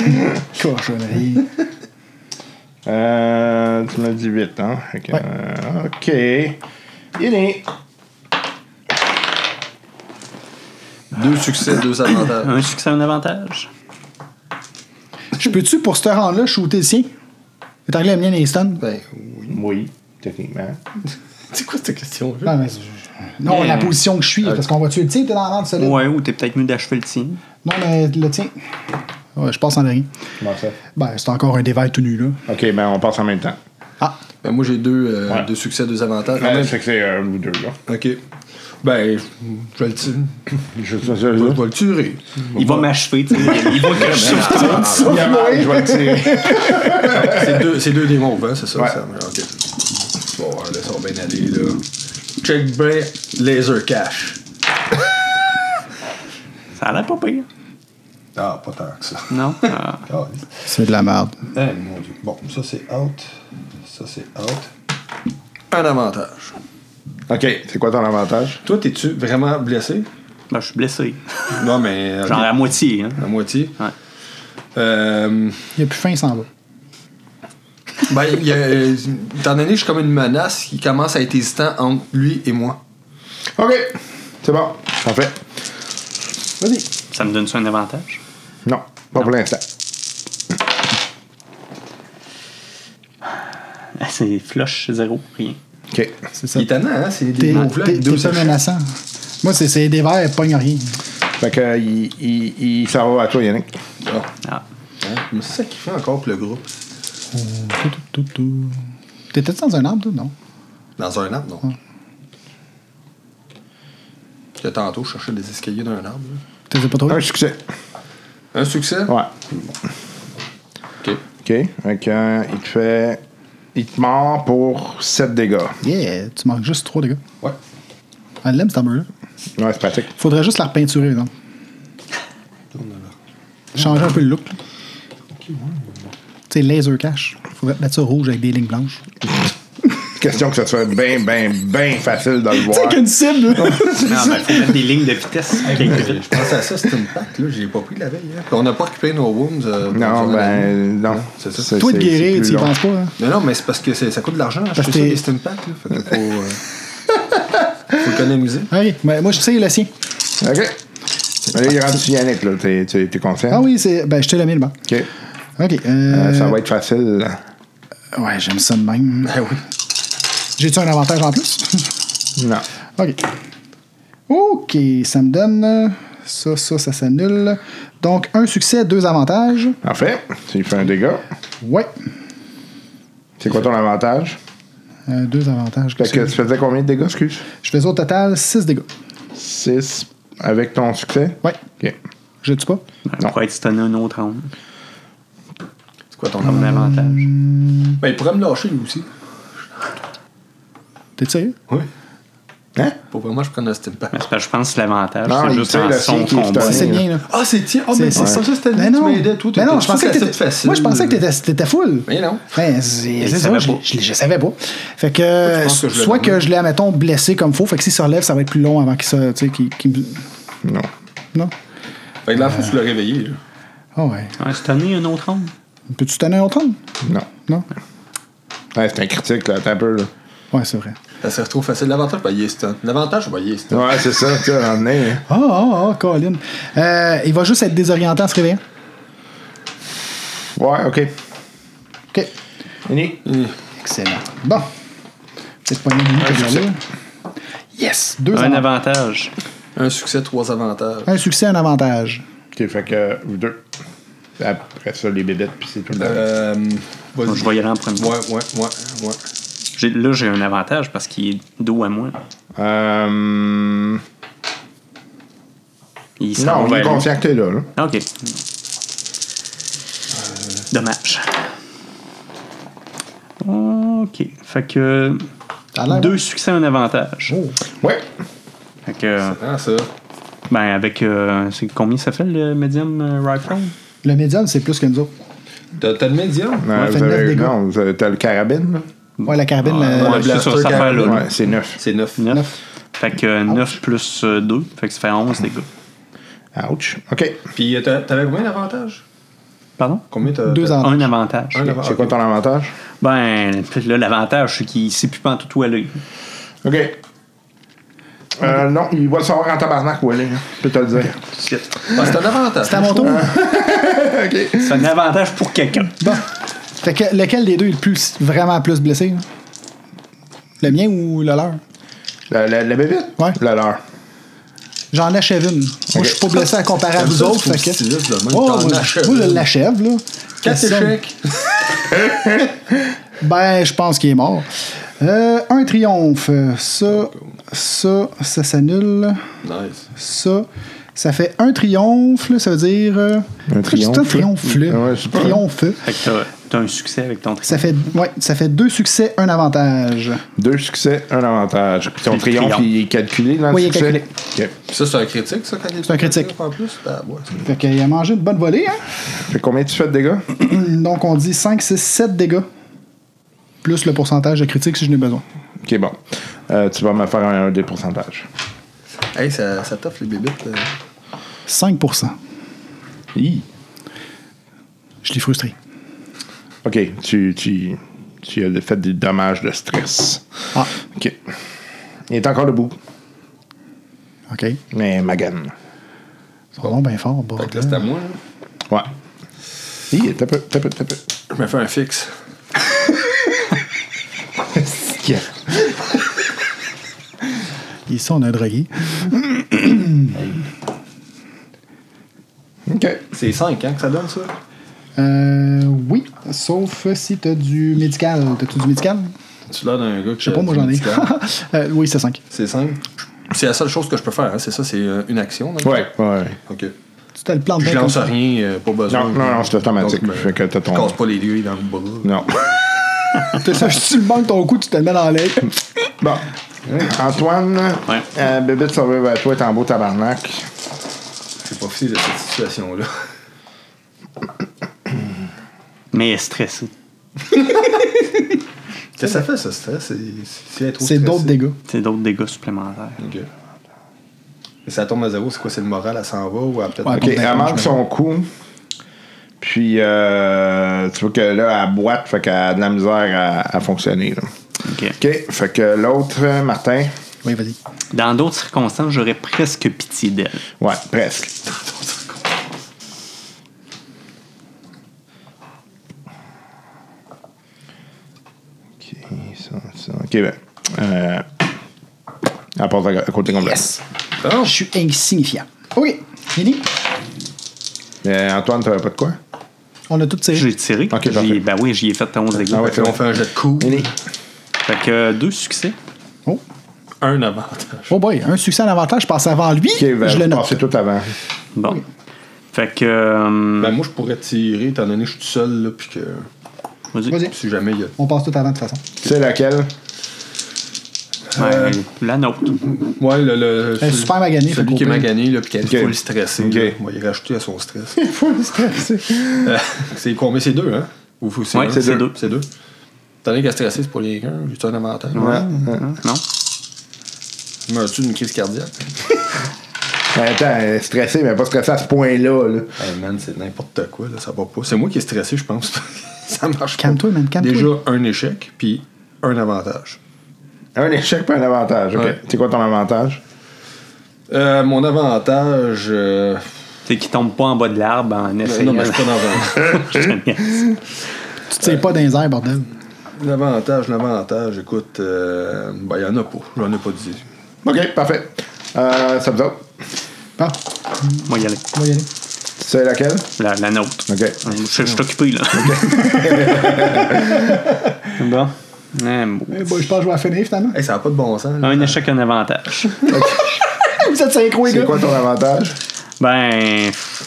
Cochonnerie.
Euh, tu m'as dit 8, hein? Fait que,
Ouais.
euh, OK. Il est.
Deux succès, deux
*coughs*
avantages.
Un succès, un avantage.
Je peux-tu, pour ce round-là, shooter le sien? Étant que la mienne est stun?
ben, oui.
Oui, techniquement.
C'est quoi cette question, là?
Non, mais- non,
Yeah.
la position que je suis, parce qu'on va tuer le tien, t'es dans la rente solide.
Ouais, ou t'es peut-être mieux d'achever le tien.
Non, mais le tien. Ouais, je passe en dernier.
Comment ça?
Ben, c'est encore un dévail tout nu, là.
OK, ben on passe en même temps.
Ah,
Ben, moi, j'ai deux, euh,
Ouais.
deux succès, deux avantages. quand
Ouais,
même.
fait que c'est un ou deux, là.
Ok. Ben, je- je vais le tuer.
Je,
Je vais le tuer.
Il va m'achever, tu sais. Il va que je souffre.
Il y a mal, je vais le tirer.
C'est deux, c'est deux des mauves, hein, c'est ça?
Ouais.
ça ok. Bon, là, ça va bien aller, là. Check bien, laser cash.
Ça a l'air pas pire.
Ah, pas tant que ça.
Non? Ah.
Ah,
c'est de la merde.
eh, mon Dieu. Bon, ça c'est out. Ça c'est out. Un avantage.
OK, c'est quoi ton avantage?
Toi, t'es-tu vraiment blessé?
Ben, je suis blessé.
Non, mais. ok,
Genre à moitié, hein.
à moitié.
Ouais.
Euh,
Il n'y a plus faim, il s'en va.
ben, il y a, euh, étant donné que je suis comme une menace, il commence à être hésitant entre lui et moi.
OK, c'est bon. Parfait.
Vas-y.
Ça me donne ça un avantage?
Non, pas pour l'instant.
Ah, C'est flush, zéro, rien.
OK.
C'est ça.
C'est étonnant, hein? C'est des
T'es
moves-là.
t'es-
avec deux
t'es pas
sachets.
menaçant. Moi, c'est- c'est des verres, pogne rien.
Fait que, euh, il, il, il s'en va à toi, Yannick.
Ah,
Ah.
hein? Mais c'est ça qui fait encore pour le groupe.
Tout, tout, tout, tout. T'étais-tu dans un arbre, toi? Non.
Dans un arbre, non.
Hum.
J'étais tantôt, je cherchais des escaliers d'un arbre. là.
T'étais pas trop.
Un succès.
Un succès?
Ouais.
Ok.
OK. Fait que, euh, il te fait... Il te mord pour 7 dégâts.
Yeah, tu manques juste trois dégâts.
Ouais.
Elle l'aime, cette armure-là.
Ouais, c'est pratique.
Faudrait juste la
*laughs*
repeinturer, non? Changer un peu le look. là. Tu sais, laser cash. Faudrait mettre ça rouge avec des lignes blanches.
Question que ça soit bien, bien, bien facile de le
Tu sais,
voir.
qu'une cible, là.
Non, mais faut mettre des lignes
*laughs*
de vitesse. quelque chose.
Je pensais à ça, c'était une patte, là. Je l'ai pas pris la veille. hein. Puis on n'a pas récupéré nos wounds. euh,
Non,
pendant la journée.
ben, non.
C'est ça.
C'est-
Toi, de
c'est- c'est
guérir,
plus
tu y
long.
penses pas, hein?
Mais non, mais c'est parce que c'est- ça coûte de l'argent. hein. Je
Parce
suis
que-
sûr que c'est une patte, là. Fait que faut, euh,
*laughs*
faut l'économiser.
Ok, mais moi, je sais le sien.
OK. Là, il est rendu sur Yannick, là. T'es- T'es t'es conscient?
Ah oui, c'est. Ben, je te l'ai mis le banc.
OK.
Ok. Euh,
Euh, ça va être facile.
Ouais, j'aime ça de même.
Ben oui.
J'ai-tu un avantage en plus?
Non.
OK. OK, ça me donne. euh, Ça, ça, ça s'annule. Donc, un succès, deux avantages.
Parfait. Tu lui fais un dégât.
Ouais.
C'est quoi ton avantage?
Euh, deux avantages.
Fait que tu
Je
faisais combien de dégâts, excuse?
fais au total six dégâts.
6 avec ton succès?
Ouais.
OK.
Je le tue pas.
On pourrait être stunné un autre round.
C'est quoi ton
Comme
avantage?
un avantage.
Ben, il pourrait me lâcher, lui aussi.
T'es sérieux?
Oui.
Hein?
Pour vraiment, je prenne un steampack.
C'est parce que je pense que l'avantage,
Non,
c'est
il
juste
tire
en
la
son
fille qui est
combat.
Ah, c'est
Ouais.
bien, là.
Ah, c'est tiens. Ah, mais c'est ça, ça, c'était
Mais
tu
Ben non.
m'aidais, toi.
Mais non, je pensais que
c'était
t'étais.
facile. euh,
Moi, je pensais que t'étais- t'étais full.
Mais non.
Ben, c'est
le
c'est ça,
savait
je,
pas.
je- je savais pas. Fait que,
penses que je l'ai
soit
dormi?
que je l'ai, admettons, blessé comme faux, fait que s'il se relève, ça va être plus long avant qu'il se. Tu sais, qu'il. qu'il-
Non.
Non?
Fait que là, faut que tu l'as réveillé. là.
Ah ouais.
Ouais, cette année, un autre homme.
Peux-tu tenir un autre homme?
Non.
Non?
Ouais, c'est un critique, là, t'as un peu. là.
Ouais, c'est vrai.
Ça serait trop facile. L'avantage, bah, yes, stun. L'avantage, bah, yes, stun.
Ouais, c'est ça, tu as ramené. hein.
Ah, ah, ah, Colin. Euh, il va juste être désorienté en se réveillant.
Ouais, ok.
OK.
Fini?
Excellent. Bon. Peut-être pas une minute que j'avais. Yes! Deux
Un
avantages.
avantage.
Un succès, trois avantages.
Un succès, un avantage.
Ok, fait que euh, vous deux. Après ça, les bébêtes, puis c'est tout le reste.
Euh. Vas-y.
Je vais y aller en premier.
Ouais, ouais, ouais, ouais.
J'ai- Là, j'ai un avantage parce qu'il est dos à moi.
Euh,
Il s'en
non,
va
il est
vers lui.
conscient que t'es là. là.
Ah, Ok. Dommage. Ok. Fait que.
T'as l'air
Deux
bon.
succès, un avantage.
Ouais.
Fait que.
Ah, ça.
Ben, avec. euh, c'est combien ça fait le medium euh, rifle?
Le médium, c'est plus que nous autres.
T'as t'as le médium?
Euh,
fait
vous
ben,
neuf
avez,
dégâts.
non, vous avez- t'as le carabine, là.
Ouais, la carabine, euh, la-
ouais,
le
je suis sur
blaster
cette affaire-là.
carabine.
Ouais, c'est neuf.
C'est 9.
9. Fait que 9 plus 2. Fait que ça fait 11 dégâts.
Ouch. OK.
Puis euh, t'as- t'avais combien d'avantages?
Pardon?
Combien t'as?
Deux
t'as-
avantages.
Un avantage.
Ah. Un avantage.
C'est quoi ton avantage?
Ben, là, l'avantage, c'est qu'il sait plus pas en tout où aller.
OK. Euh, non, il va le savoir en tabarnak, Willy. hein. Je peux te le dire.
Ah, c'est un avantage.
C'est à mon tour.
C'est un avantage pour quelqu'un.
Bon. Fait que lequel des deux est le plus, vraiment plus blessé? là? Le mien ou le leur?
La, la, la bébête?
Ouais.
La leur.
J'en achève une. Moi, je suis pas blessé à comparer à
Comme
vous
ça,
autres.
tu
Fait
trouves styliste de même,
que... Oh,
t'en
moi,
achèves
moi, je
une.
l'achève, là.
4
Question-
échecs.
Ben, je pense qu'il est mort. Euh, un triomphe. Ça, ça, ça s'annule.
Nice.
Ça, ça fait un triomphe. là, Ça veut dire. euh,
triomphe,
c'est Un
là.
triomphe. là.
Ah ouais, je sais pas.
Triomphe.
Fait que t'as- t'as un succès avec ton tri.
Ça fait, ouais, ça fait deux succès, un avantage.
Deux succès, un avantage. Puis Euh, ton
Puis le
triomphe,
triomphe.
il est calculé dans
Oui, il
le
est
succès?
calculé.
OK.
Ça, c'est un critique, ça, quand il
C'est un critique.
En plus, Ah, ouais, c'est-
Fait qu'il a mangé une bonne volée, hein?
Fait combien tu fais de dégâts?
*clears throat* Donc on dit 5, 6, 7 dégâts. Plus le pourcentage de critique si je n'ai besoin.
OK, bon. Euh, tu vas me faire un, des pourcentages.
Hey, ça, ça t'offre les bébites. là.
5
Hi.
Je l'ai frustré.
OK, tu, tu, tu as fait des dommages de stress.
Ah,
OK. Il est encore debout,
OK. Ils
mais magane.
sont donc bien forts,
Fait que là, c'est à
bordel.
moi, là.
Ouais. Hi, t'as peu, t'as peu, t'as peu.
Je me fais un fixe.
Ici, on a un drogué.
OK.
C'est 5, hein, que ça donne, ça?
Euh, oui, sauf si t'as du médical. T'as-tu du médical?
Tu l'as d'un gars qui.
Je sais pas, moi j'en ai. *laughs* Euh, oui, c'est 5.
C'est 5. C'est la seule chose que je peux faire, hein. c'est ça, c'est euh, une action. dans le
Ouais,
fond?
ouais.
Ok.
Tu t'as le plan de
Je
bien comme
lance
ça.
rien, euh, pas besoin.
Non, non, non, c'est automatique.
Donc,
Fait que t'as ton-
Je casse pas les lieux dans le bras.
Non.
T'as ça, si tu le manques ton coup, tu te le mets dans
*laughs*
l'œil.
Bon. Antoine,
Ouais.
euh, bébé de survivre à toi est en beau tabarnak.
J'ai profité de cette situation-là.
Mais elle est stressée.
Qu'est-ce que ça fait, ça, stress? C'est- C'est être trop
C'est d'autres
stressé.
dégâts.
C'est d'autres dégâts supplémentaires.
Ok. Et ça tombe à zéro, c'est quoi? C'est le moral, elle s'en va ou elle peut-être.
Ouais.
Ok, ah,
Attends,
elle
attends,
manque
je
son coup. Puis, euh, tu vois que là, elle boite, fait qu'elle a de la misère à, à fonctionner. là.
Ok.
Ok, fait que l'autre, euh, Martin,
Oui, vas-y.
Dans d'autres circonstances, j'aurais presque pitié d'elle.
ouais, presque. Ok, ça, ça. Ok, ben. Euh, elle passe à à côté complet.
Je suis insignifiant. OK. Fini.
Euh, Antoine, t'avais pas de quoi?
On a tout tiré.
J'ai tiré.
Ok,
J'y-
parfait.
ben oui, j'y ai fait 11 dégâts.
Ah ouais.
Fait que là, on fait un jet de coups.
Fini.
Fait que euh, deux succès.
Oh.
Un avantage.
oh boy, un succès à l'avantage. Je passe avant lui.
Ok, ben,
je le note.
passez tout avant.
Bon. Fait que. euh,
Ben, moi, je pourrais tirer, étant donné que je suis tout seul, là, puis que
vas-y.
Vas-y.
si jamais il y a.
*laughs* On passe tout avant de toute façon.
Tu sais laquelle?
Ouais, la nôtre.
Ouais, le. le
Elle est
celui-
super maganée, fait
Celui
qu'on
qui est
peut-
magané, là, puis qui est
Ok.
full stressé.
Ok.
là. Ouais, il est rajouté à son stress.
Faut le stresser.
Euh, c'est combien C'est deux, hein Ou faut-
Ouais,
un?
c'est deux.
C'est deux. T'en as qu'à stresser, c'est pour les gars. J'ai-tu un avantage
Euh,
Hein? Non?
Meurs-tu d'une crise cardiaque
Attends, elle est stressée, mais elle est pas stressée à ce point-là. là.
Hey man, c'est n'importe quoi, là, ça va pas. C'est moi qui est stressé, je pense. *laughs* ça marche pas.
Calme-toi, man, calme-toi.
Déjà un échec, puis un avantage.
Un échec, pas un avantage. OK.
Ouais.
C'est quoi ton avantage?
Euh, mon avantage. euh,
C'est qu'il tombe pas en bas de l'arbre en essayant.
non, mais je suis pas dans un.
Tu te tires pas dans les airs, bordel.
L'avantage, l'avantage, écoute, euh, ben, y en a pas. J'en ai pas dit.
OK, parfait. Euh, ça vous autres?
Bon,
Moi, y aller.
on va y aller.
C'est laquelle?
La, la nôtre.
OK.
Je, je suis occupé, là. *laughs* bon. Eh, bon.
Eh, bon, je pense que je vais la finir, finalement.
Hey, ça a pas de bon sens. là.
Un échec, un avantage.
Vous êtes synchro, les
C'est
gars.
quoi ton avantage?
Ben, pff,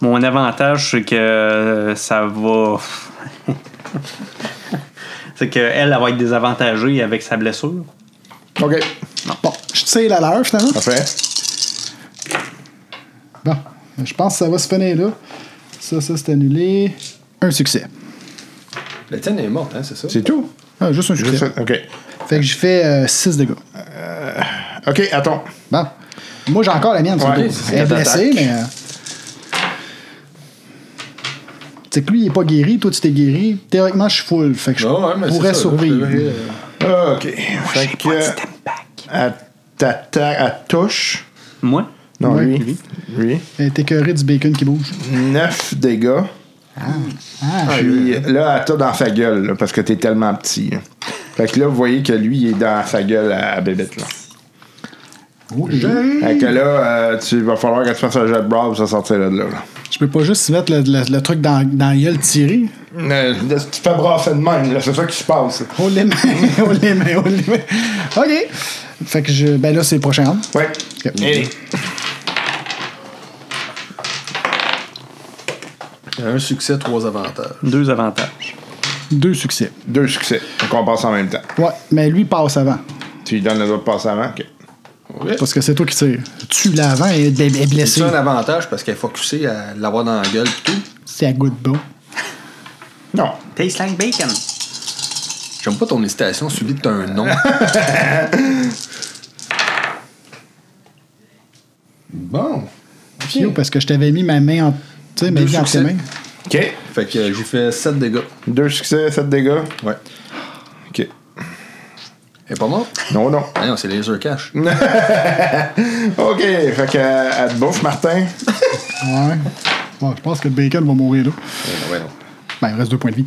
mon avantage, c'est que ça va. *laughs* c'est qu'elle, elle va être désavantagée avec sa blessure.
OK.
Bon, je tire la leur, finalement.
Parfait.
Bon, je pense que ça va se finir, là. Ça, ça, c'est annulé. Un succès.
La tienne est morte, hein, c'est ça?
C'est tout?
Ah, juste un succès.
Juste ça? OK.
Fait que j'ai fait 6 dégâts.
OK, attends.
Bon. Moi, j'ai encore la mienne. sur le
Ouais,
dos.
c'est
Elle est
une
blessée,
attaque.
mais. euh, Tu sais que lui, il est pas guéri. Toi, tu t'es guéri. Théoriquement, je suis full. Fait que je
Non, ouais, mais c'est
pourrais
ça,
survivre.
je devrais, euh,
OK. fait que. Elle t'attaque, elle touche.
Moi?
Non,
Ouais,
lui. Lui.
Elle est écœurée du bacon qui bouge.
9 dégâts.
Ah,
Puis là, elle t'a dans sa gueule, là, parce que t'es tellement petit. là. Fait que là, vous voyez que lui, il est dans sa gueule à, à Bébête, là.
oh, les gars.
Fait que là, euh, tu va falloir que tu fasses un jet de bras pour se sortir de là. là.
Je peux pas juste mettre le, le- le truc dans, dans la gueule tiré.
Euh, là, tu te fais brasser de même, là, c'est ça qui se passe. là.
On les *laughs* met, on les met, on les met. OK. Fait que je. Ben là, c'est le prochain round.
Ouais.
Ok.
Allez.
Un succès, trois avantages.
Deux avantages.
Deux succès.
Deux succès. Donc on passe en même temps.
Ouais, mais lui passe avant.
Tu lui donnes les autres passes avant. ok.
Ouais.
Parce que c'est toi qui tire. Tu l'avant et elle est
C'est
blessée.
un avantage parce qu'elle est focusée à l'avoir dans la gueule pis tout.
C'est à goût de bon.
Non.
Taste like bacon.
J'aime pas ton hésitation suivie de un nom. *laughs* bon.
Pio, parce que je t'avais mis ma main en. Tu sais, ma
Deux
vie entre tes
succès.
mains.
OK.
Fait que euh, j'ai fait 7 dégâts.
Deux succès, sept dégâts.
Ouais.
OK.
Elle est pas morte?
Non, non.
Ah non, c'est laser cash.
OK. Fait que, euh, elle te bouffe, Martin. *laughs*
Ouais. Bon, je pense que le bacon va mourir là.
Ouais, ouais, non.
Ben, il reste deux points de vie.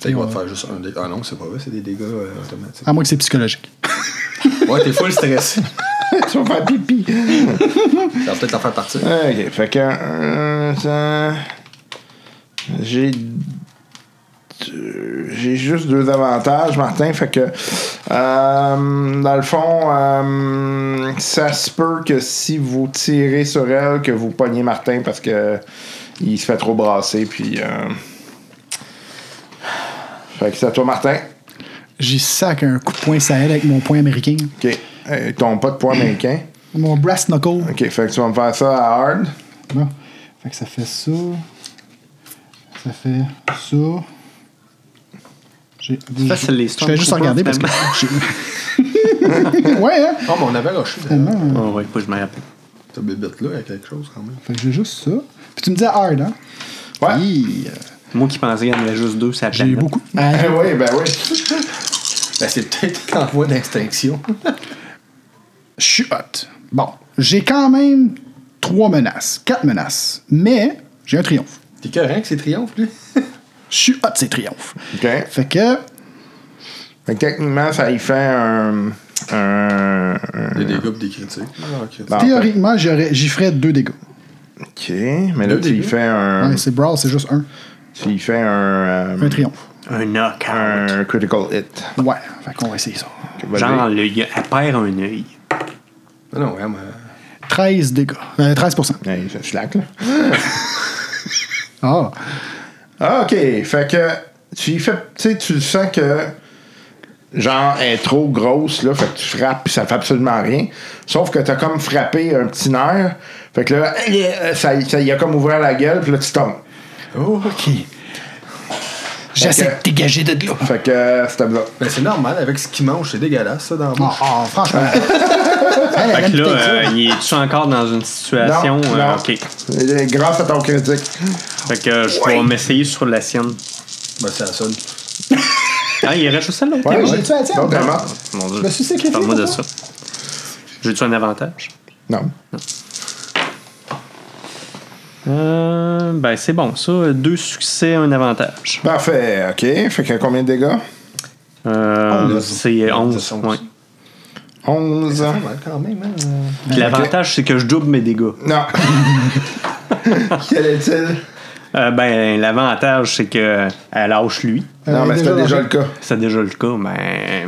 Fait qu'on va te faire juste un dégât. Ah non, c'est pas vrai, c'est des dégâts euh, automatiques.
À moins que c'est psychologique.
*laughs* Ouais, t'es full stressé.
tu vas faire pipi.
Ça va peut-être la faire partir.
OK. Fait que... euh, ça- J'ai... deux- J'ai juste deux avantages, Martin. Fait que... euh, dans le fond, euh, ça se peut que si vous tirez sur elle, que vous pognez Martin parce que il se fait trop brasser, puis... euh, Fait que c'est à toi, Martin.
J'y sac un coup de poing Sahel avec mon poing américain.
OK. Euh, Il tombe pas de poids américain.
Mon brass knuckle.
OK, fait que tu vas me faire ça à hard.
Bon. Fait que ça fait ça. Ça fait ça. J'ai-
Ça, c'est les
Je vais juste regarder parce que. j'ai- *laughs* ouais, hein?
Ah, mais on avait rushé.
Tellement.
Oh, ouais, faut que je me rappelle.
Ta bébête-là, il y a quelque chose quand même.
Fait que j'ai juste ça. Puis tu me dis hard, hein?
Ouais.
Hi, euh,
Moi qui pensais qu'il y en avait juste deux, ça
J'ai eu beaucoup.
Eh *laughs* oui, ben oui.
Ben, c'est peut-être *laughs* en voie d'extinction.
Je suis hot. Bon, j'ai quand même trois menaces, quatre menaces, mais j'ai un triomphe.
T'es correct, c'est triomphe, lui?
Je suis hot, c'est triomphe.
OK.
Fait que.
Fait que techniquement, ça y fait un. un- un-
Des dégâts pis des critiques. Ah, critiques.
Bon.
Théoriquement, j'aurais- j'y ferais deux dégâts.
OK. Mais là,
Deux
tu y
dégâts.
fais un.
Ouais, c'est brawl, c'est juste un.
Tu y fais un. euh,
Un triomphe.
Un knock
un critical hit.
Ouais, fait qu'on va essayer ça.
Ok, vas-y.
Genre, le- il- elle perd un œil.
Non, euh, non, ouais, mais...
13 dégâts. Euh, 13
Hey, je slack, là.
Ah!
Ah, OK. Fait que tu y fais. Tu sais, tu sens que. Genre, elle est trop grosse, là, fait que tu frappes, puis ça fait absolument rien. Sauf que t'as comme frappé un petit nerf, fait que là, euh, ça, ça y a comme ouvert la gueule, puis là, tu tombes.
Oh,
OK. J'essaie
Fait que-
de dégager de là.
Fait que euh, c'était bizarre.
Mais Ben, c'est normal, avec ce qu'il mange, c'est dégueulasse, ça, dans la
Oh,
bouche.
oh, franchement.
Fait que là, euh, il est-tu encore dans une situation.
Non,
euh,
non.
Ok.
Euh, Grâce à ton critique.
Fait que euh, je vais m'essayer sur la sienne.
Ben, c'est la seule.
Ah, il reste juste celle-là. ok,
Ouais,
bon.
je l'ai tué à
Non,
tienne.
vraiment.
Mon Dieu.
Je me suis sacrifié
Parle-moi
pour
de ça.
ça.
J'ai-tu un avantage?
Non.
Euh, ben, c'est bon, ça. Deux succès, un avantage.
Parfait, ok. Fait que combien de dégâts?
Euh,
Onze.
c'est 11.
Onze.
ouais.
11.
Pas mal quand même, hein.
Puis l'avantage, c'est que je double mes dégâts.
Non. Quel est-il?
Euh, ben, l'avantage, c'est que elle lâche lui.
Non,
Elle
mais
est
c'était
Euh, déjà
déjà le
dans-
cas.
C'est déjà le cas, mais.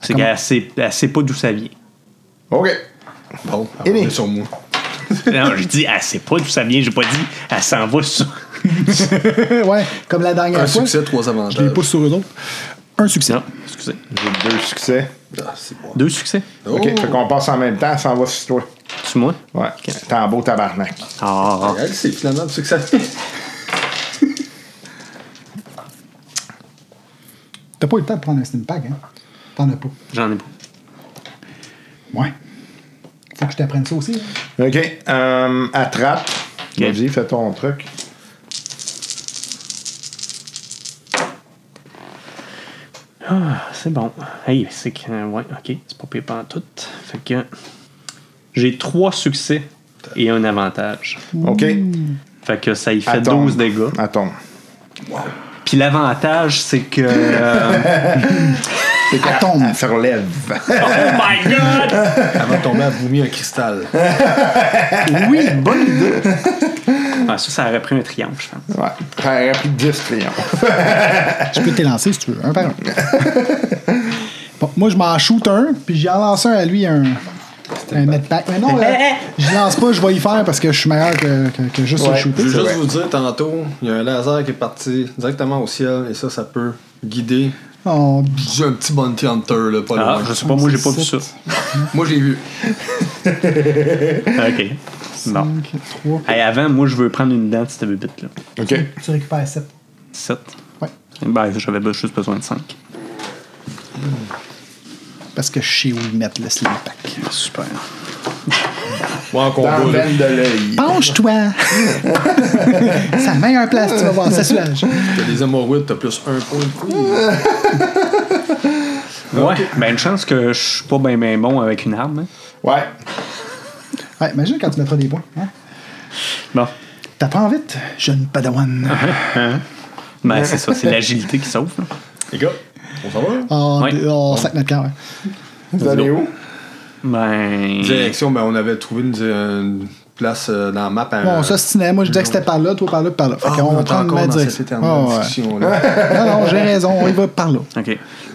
C'est qu'elle sait, elle sait pas d'où ça vient.
OK.
Bon,
Et
on
les-
est sur moi.
non, je dis, elle sait pas d'où ça vient. J'ai pas dit, elle s'en va sur. *laughs*
*laughs* ouais, comme la dernière
Un
fois.
succès, trois
Je les
avantages.
pousse sur eux autres. Un succès.
Non, excusez.
J'ai deux succès.
Ah, c'est bon. Oh,
Deux succès.
OK. Fait qu'on passe en même temps, ça en va sur toi.
Tu moi?
Ouais. T'es en beau tabarnak.
Ah, ah.
Regarde, c'est finalement du *laughs* succès.
T'as pas eu le temps de prendre un stim pack, hein? T'en as pas.
j'en ai pas.
Ouais. Faut que je t'apprenne ça aussi. hein.
OK. Euh, attrape.
OK.
Vas-y, fais ton truc.
C'est bon. Hey, c'est que. euh, Ouais, ok, c'est pas pire en tout. Fait que. J'ai trois succès et un avantage.
OK.
Fait que ça y fait
Attends.
12 dégâts.
Attends.
Puis l'avantage, c'est que. euh,
C'est qu'elle
tombe.
elle se relève.
*laughs*
*laughs*
oh my god!
Elle va tomber à vomir un *laughs* cristal.
hein?
Oui, bonne idée! Ah, ça, ça aurait pris un triomphe, je pense.
ouais. Ça aurait pris 10 triomphes.
Je peux te les lancer si tu veux, un par un. bon, moi, je m'en shoot un, puis j'en lance un à lui, un. Un medpack. Mais
*laughs*
non, euh, je lance pas, je vais y faire parce que je suis meilleur que, que, que juste le
Ouais.
shooter.
Je veux juste
Ouais.
vous dire, tantôt, il y a un laser qui est parti directement au ciel et ça, ça peut guider.
Oh,
J'ai un petit bounty hunter, là, pas
Ah,
loin.
je sais pas, moi j'ai pas vu ça.
Moi, j'ai vu.
Ah, Ok. Bon.
5, 3,
Hey, avant, moi je veux prendre une dent de cette bébite là.
OK.
tu récupères 7.
7.
Ouais.
Ben, j'avais juste besoin de 5.
Parce que je sais où le mettre, le slim pack.
Super.
Moi, en
Dans
combat,
la
là.
veine de l'œil.
*laughs*
Penche-toi! C'est la meilleure place, tu vas voir,
*laughs*
ça soulage.
T'as des hémorroïdes, t'as plus un point de couille.
Ouais, ben une chance que je suis pas ben ben bon avec une arme. hein.
Ouais.
Ouais, imagine quand tu mettras des points. Hein?
Bon.
T'apprends vite, jeune padawan.
Ah,
Ben c'est ça, c'est l'agilité qui sauve. là.
*laughs* Les gars, on s'en va?
Oh,
Ouais.
d- oh, sac notre camp, ouais.
Vous allez où?
Ben.
Direction, ben, on avait trouvé une, une place euh, dans la map. à-
Bon, ça, c'est ciné. Moi, je disais que c'était par là, toi, par là, par là. Fait
Ah,
qu'on
on
va
est
prendre
encore
ma
dans cette
direction.
éternelle
Ah, ouais.
discussion, là.
Non, non, j'ai raison, on y va par là.
OK.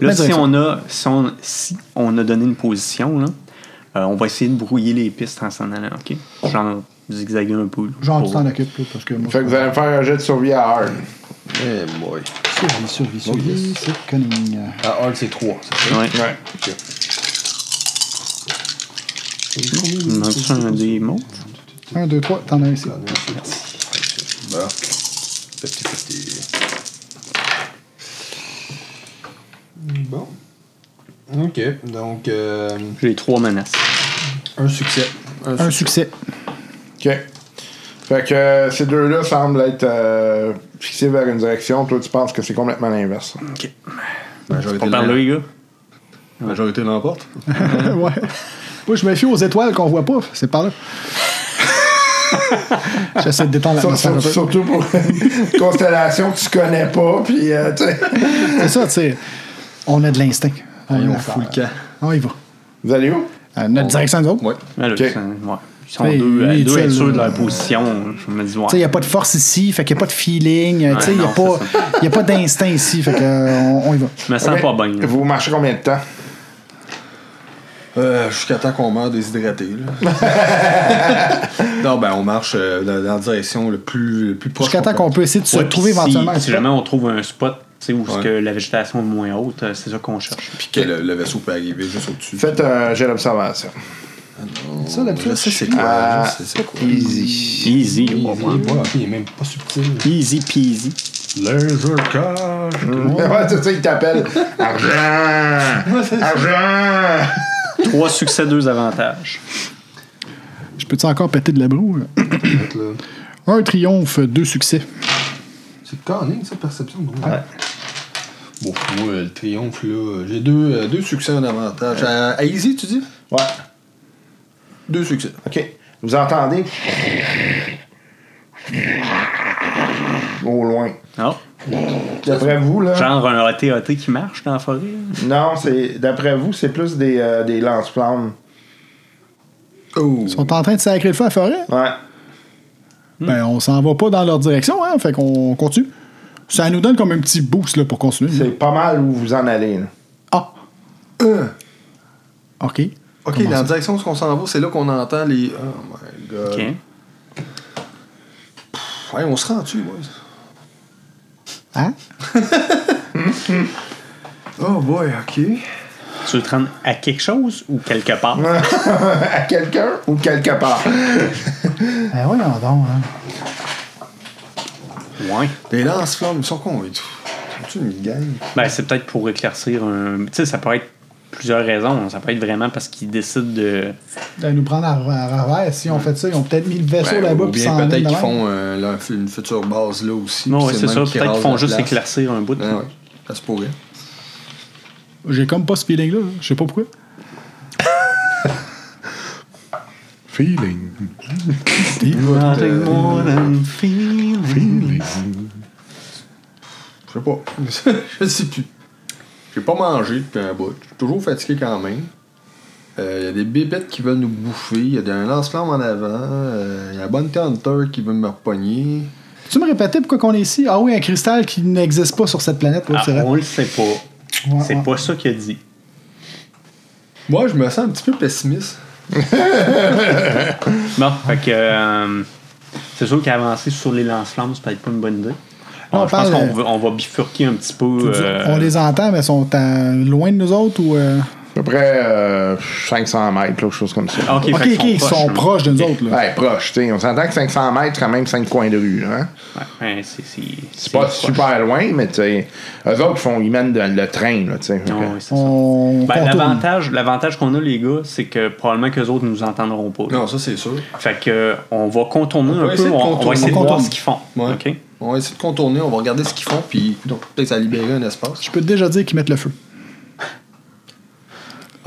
Là, si
direction.
on, a, si, on, si on a donné une position, là, euh, on va essayer de brouiller les pistes en s'en allant, OK? Genre, zigzaguer un peu. là,
Genre,
pour-
tu t'en occupes, là, parce que moi,
Fait que vous allez me faire un jet de survie à hard.
Eh boy.
survie, survie, survie, c'est cunning.
À Hall, c'est 3.
Ouais.
Ouais.
Il manque ça un des mots?
1, 2, 3, t'en as ici.
Bah. Petit, petit. Bon. Ok, donc euh,
J'ai trois menaces.
un succès.
Un succès.
OK. Fait que euh, ces deux-là semblent être euh, fixés vers une direction. Toi, tu penses que c'est complètement l'inverse.
OK.
Majorité
On parle là,
l'em-
les gars?
Majorité l'emporte.
ouais. *laughs* Moi, je me fie aux étoiles qu'on voit pas, c'est par là. *laughs* J'essaie de détendre
Sur-
l'atmosphère
sur-
un peu.
surtout pour une constellation que tu connais pas. Puis, euh, tu sais.
C'est ça, tu sais. On a de l'instinct. On,
Allez,
y
on
va.
fout le camp.
On y va.
Vous allez où?
À notre direction, nous autres.
Ouais.
Ah, là,
OK.
ça- ouais. Ils sont
Hey,
deux,
lui,
à
il est
deux à être
seul,
sûrs de
là.
leur position. Je me dis, ouais.
Ben, euh, Tu sais, il n'y a pas de force ici, fait qu'il n'y a pas de feeling, euh, tu sais, il n'y a
non,
pas,
c'est
il y a pas d'instinct ici, fait qu'on on on y va.
Je me sens
OK.
pas bien. là.
Vous marchez combien de temps?
Euh, Jusqu'à temps qu'on meurt déshydraté. *laughs* là. non, ben on marche euh, dans, dans la direction le plus, le plus proche.
Jusqu'à temps qu'on peut essayer de se
Ouais,
trouver
puis si-
éventuellement un
Si
spot.
jamais on trouve un spot Tu sais, où est-ce
Ouais.
que la végétation est moins haute, euh, c'est ça qu'on cherche.
Puis que le, le vaisseau peut arriver juste au-dessus.
Faites un jet d'observation.
Ça, d'habitude,
Je sais c'est
je-
quoi.
Ah,
je sais c'est quoi.
Easy.
Easy,
il est même pas subtil.
Easy peasy.
Laser cache.
*laughs*
Ouais, c'est ça, il t'appelle. Argent! Argent!
Trois succès, deux avantages.
Je peux-tu encore péter de la broue? là?
là.
Un triomphe, deux succès.
C'est conning, ça, perception. Bon, bon moi, le triomphe, là, j'ai deux, euh, deux succès en avantage. Euh, À, à Easy, tu dis
Ouais,
Deux succès.
ok. Vous entendez? Au loin.
Non?
Euh.
D'après vous, là.
Ah. Genre un AT-AT qui marche dans la forêt. là.
Non, c'est d'après vous, c'est plus des, euh, des lance-flammes.
Oh
Ils sont en train de sacrer le feu à la forêt.
Ouais.
Ben, on s'en va pas dans leur direction, hein? Fait qu'on continue. Ça nous donne comme un petit boost là, pour continuer.
C'est pas mal où vous en allez. là.
Ah,
Euh,
OK.
Ok,
Comment
dans la
ça?
direction où on s'en va, c'est là qu'on entend les. Oh my god.
OK.
Ouais, on se rend dessus, ouais.
Hein?
Oh boy, ok.
Tu veux te rendre à quelque chose ou quelque part?
à quelqu'un ou quelque part.
Ben, voyons donc. hein.
Ouais.
Les lance-flammes, ils sont cons et tout. Sont-tu une gang
Ben, c'est peut-être pour éclaircir un. Tu sais, ça peut être plusieurs raisons. Ça peut être vraiment parce qu'ils décident de.
De Ben, nous prendre à, à revers. Si on fait ça, ils ont peut-être mis le vaisseau
Ouais,
là-bas
Ben, Ou
puis
bien
s'en
peut-être
viennent
qu'ils
de même.
font euh, leur- une future base là aussi.
Non,
puis
ouais, c'est
le
ça.
même qui
Peut-être qu'ils
rase
font
la
juste
place. Ben
éclaircir un bout.
Ouais, ouais, ça se pourrait.
J'ai comme pas ce feeling-là. là. Je sais pas pourquoi.
Feeling.
Nothing more than feeling.
Je sais pas. *laughs* je sais plus. J'ai pas mangé depuis un bout. Je suis toujours fatigué quand même. Il y a des bébêtes qui veulent nous bouffer. Il y a un lance-flamme en avant. Il y a un Bounty Hunter qui veut me repogner.
Tu me répétais pourquoi qu'on est ici? Ah oui, un cristal qui n'existe pas sur cette planète. Ouais,
Ah,
c'est vrai.
on le sait pas.
Ouais,
C'est
ouais.
pas ça qu'il a dit.
Moi, je me sens un petit peu pessimiste.
Bon, fait que. euh, c'est sûr qu'avancer sur les lance-flammes, c'est peut-être pas une bonne idée.
Non,
Bon,
on
je pense
parle,
qu'on
euh,
va, on va bifurquer un petit peu.
Tu dis-
euh,
On les entend, mais sont à- loin de nous autres ou. euh,
À peu près euh, 500 mètres, là, quelque chose comme ça.
Ah,
Ok,
fait qu'ils
ok, ils sont
hein.
proches de nous
Ok.
autres. Là.
Ouais, proche, tu sais. On s'entend que 500 mètres, c'est quand même 5 coins de rue. là, Hein?
Ouais, ouais, c'est, c'est,
C'est pas super loin, mais tu sais. Eux autres, ils font, ils mènent de- le train, là, tu sais. Fait que-
Non, ouais, c'est ça.
On
Ben,
contourne.
l'avantage, l'avantage qu'on a, les gars, c'est que probablement qu'eux autres ne nous entendront pas.
Non, ça, c'est sûr.
Fait que euh, on va contourner
On
un
va
peu,
essayer de
on- on, va
contourner.
essayer de
On
voir
contourne.
ce qu'ils font.
Ouais.
OK?
On va essayer de contourner. On va regarder ce qu'ils font. Puis donc, peut-être que ça a libéré un espace.
Je peux déjà dire qu'ils mettent le feu.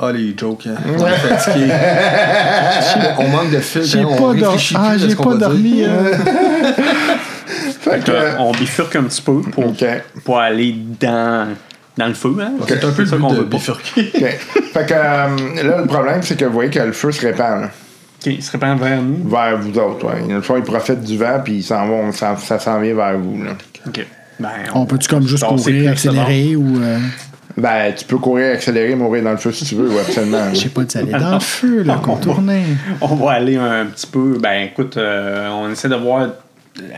Ah, les jokes. hein. On est fatigué. *laughs* on manque de fil.
J'ai
hein, on
pas, dor-
réfléchit plus
ah,
à ce
j'ai
qu'on
pas
va dire.
dormi. euh,
*laughs*
Fait que,
Euh, on bifurque un petit peu pour,
OK.
pour aller dans, dans le feu. Hein?
C'est un peu
ça
le
qu'on
but de
veut pas.
bifurquer.
OK. Fait que, euh, là, le problème, c'est que vous voyez que le feu se répand, là,
OK, il se répand vers nous.
vers vous autres. Ouais. Dans le fond, ils profitent du vent, puis ils s'en vont, ça, ça s'en vient vers vous, là.
OK. Ben,
Mm. on peut-tu comme juste
on sait plus,
courir, accélérer ou. euh,
Ben, tu peux courir, accélérer, mourir dans le feu si tu veux, ouais, *laughs* absolument.
Je sais pas, d'aller dans le feu, là, contourner.
On va aller un petit peu. Ben écoute, euh, on essaie de voir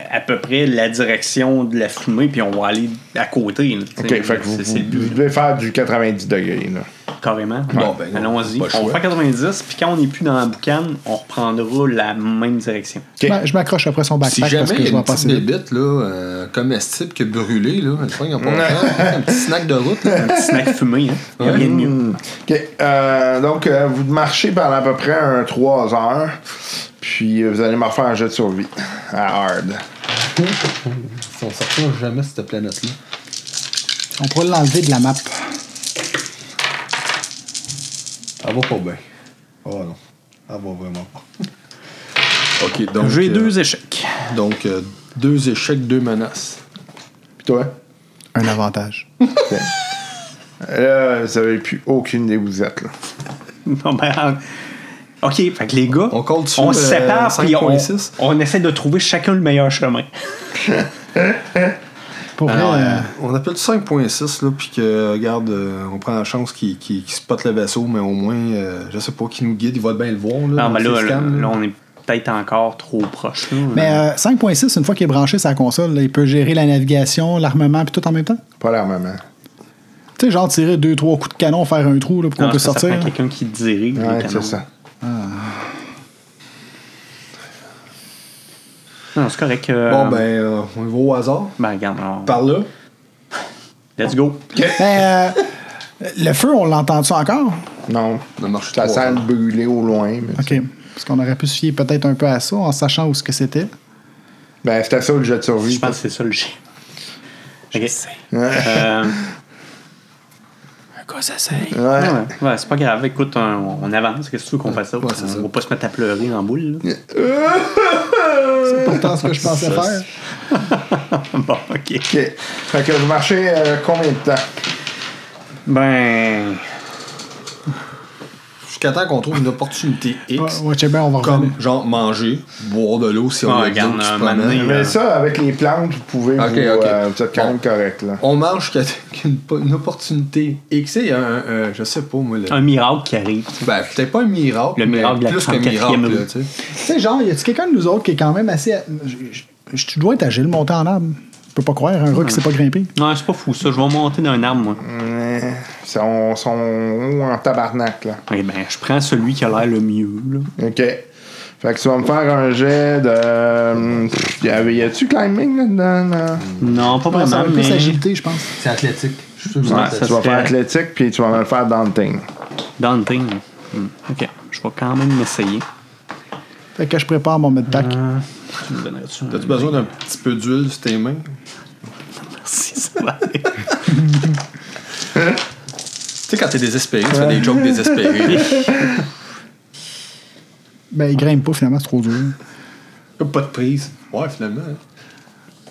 à peu près la direction de la fumée, puis on va aller à côté. là, tu sais.
OK, fait que vous,
C'est- c'est le
vous- vous
but,
devez faire du 90 degrés, là.
carrément.
Bon, ben,
Allons-y.
pas
On
le choix.
va faire 90, puis quand on n'est plus dans la boucane, on reprendra la même *laughs* direction.
OK.
Ben, je m'accroche après son
Si
backpack
jamais
parce que
il y
je
a
vais
une
passer
petite
vite.
bébite là, euh, comestible que brûlée, là, elle pogne en passant, un petit snack de route, là, un petit-
Snack fumé, hein. Y a rien de mieux.
OK. euh, donc, euh, vous marchez pendant à peu près un 3 heures, puis euh, vous allez me refaire un jet de survie à hard.
on sortira jamais cette planète-là.
On pourra l'enlever de la map.
Elle va pas bien. Oh non. Elle va vraiment pas. Ok, donc.
J'ai
euh,
deux échecs. *laughs*
Donc, euh, deux échecs, deux menaces.
Puis toi,
Un avantage.
là, vous avez plus aucune idée où vous êtes, là.
Non, ben, en- OK, fait que les gars,
On compte sur,
on se
euh,
sépare, puis on,
5.6?
on essaie de trouver chacun le meilleur chemin.
Pour vrai,
Alors,
euh,
On appelle 5.6, là, puis que, regarde, euh, on prend la chance qu'il qu'il- qu'il spotte le vaisseau, mais au moins, euh, je sais pas, qu'il nous guide, il va bien le voir. Là,
Non,
dans
mais
ses
là, là,
scans, là.
là, on est peut-être encore trop proche. là.
Mais euh, 5.6, une fois qu'il est branché sa console, là, il peut gérer la navigation, l'armement, puis tout en même temps.
Pas l'armement.
Tu sais, genre tirer deux, trois coups de canon, faire un trou là, pour qu'on
Non,
peut
ça, ça
sortir.
hein.
prend
là.
quelqu'un qui dirige. les
Ouais,
canons.
c'est ça.
Non, c'est correct. euh,
Bon, ben, euh, on y va au hasard.
ben, regarde, on-
Par là.
let's go.
Mais, euh, le feu, on l'entend-tu encore?
Non.
Ça marche
Ça
trois
semble
fois.
brûler au loin. mais-
OK. Parce qu'on aurait pu se fier peut-être un peu à ça en sachant où ce que c'était.
Ben, c'était ça le jeu de
Je
survie.
pense que c'est ça le G. Je sais.
Ouais.
ouais, ouais, c'est pas grave. Écoute, on, on avance. Qu'est-ce que tu veux qu'on fasse ça?
c'est
on
ça.
va pas se mettre à pleurer en boule. là.
C'est pourtant ce que je pensais faire.
*laughs* bon, OK.
OK. Fait que vous marchez euh, combien de temps?
Ben.
Jusqu'à temps qu'on trouve une opportunité X.
Ouais, ouais, check bien, on va
Comme,
revenir.
genre, manger, boire de l'eau si
Ouais,
on a
regarde,
besoin qui se
un
promène.
moment donné,
Mais ça, avec les plantes, vous pouvez. vous,
Ok, ok.
euh, vous êtes quand même
Bon.
correct, là.
On mange jusqu'à temps qu'il y ait une, une opportunité X. Il y a un, un- je sais pas, moi, le...
Un miracle qui arrive.
Ben, peut-être pas un miracle,
Le
mais
miracle de la
plus qu'un
34e
miracle, là,
rue.
tu sais.
Tu sais, genre, y a-tu quelqu'un de nous autres qui est quand même assez. je- je- je- Tu dois être agile, monter en arbre. Je peux pas croire, un rat qui sait pas grimper.
Non, c'est pas fou ça. Je vais monter dans un arbre, moi.
Ils sont, sont en tabarnak, là.
Eh ben, je prends celui qui a l'air le mieux. Là.
OK. Fait que tu vas me faire un jet de. hum, Pff, Y avait- y a-tu climbing là-dedans? là?
Non, pas
Ça
vraiment,
va
mais...
plus agilité, je pense.
C'est athlétique. Je suis sûr que c'est
Ouais,
athlétique.
ça
tu vas
serait-
faire athlétique, puis tu vas me le faire daunting.
Daunting. Hmm, OK, je vais quand même m'essayer.
Fait que je prépare mon medpack.
Tu me *laughs* donnerais-tu un-
T'as-tu besoin d'un petit peu d'huile sur tes mains?
Merci, ça va aller.
Tu sais, quand t'es désespéré, tu fais des
*laughs*
jokes désespérés.
Ben, il grimpe pas, finalement, c'est trop dur.
Y'a pas de prise. Ouais, finalement. hein.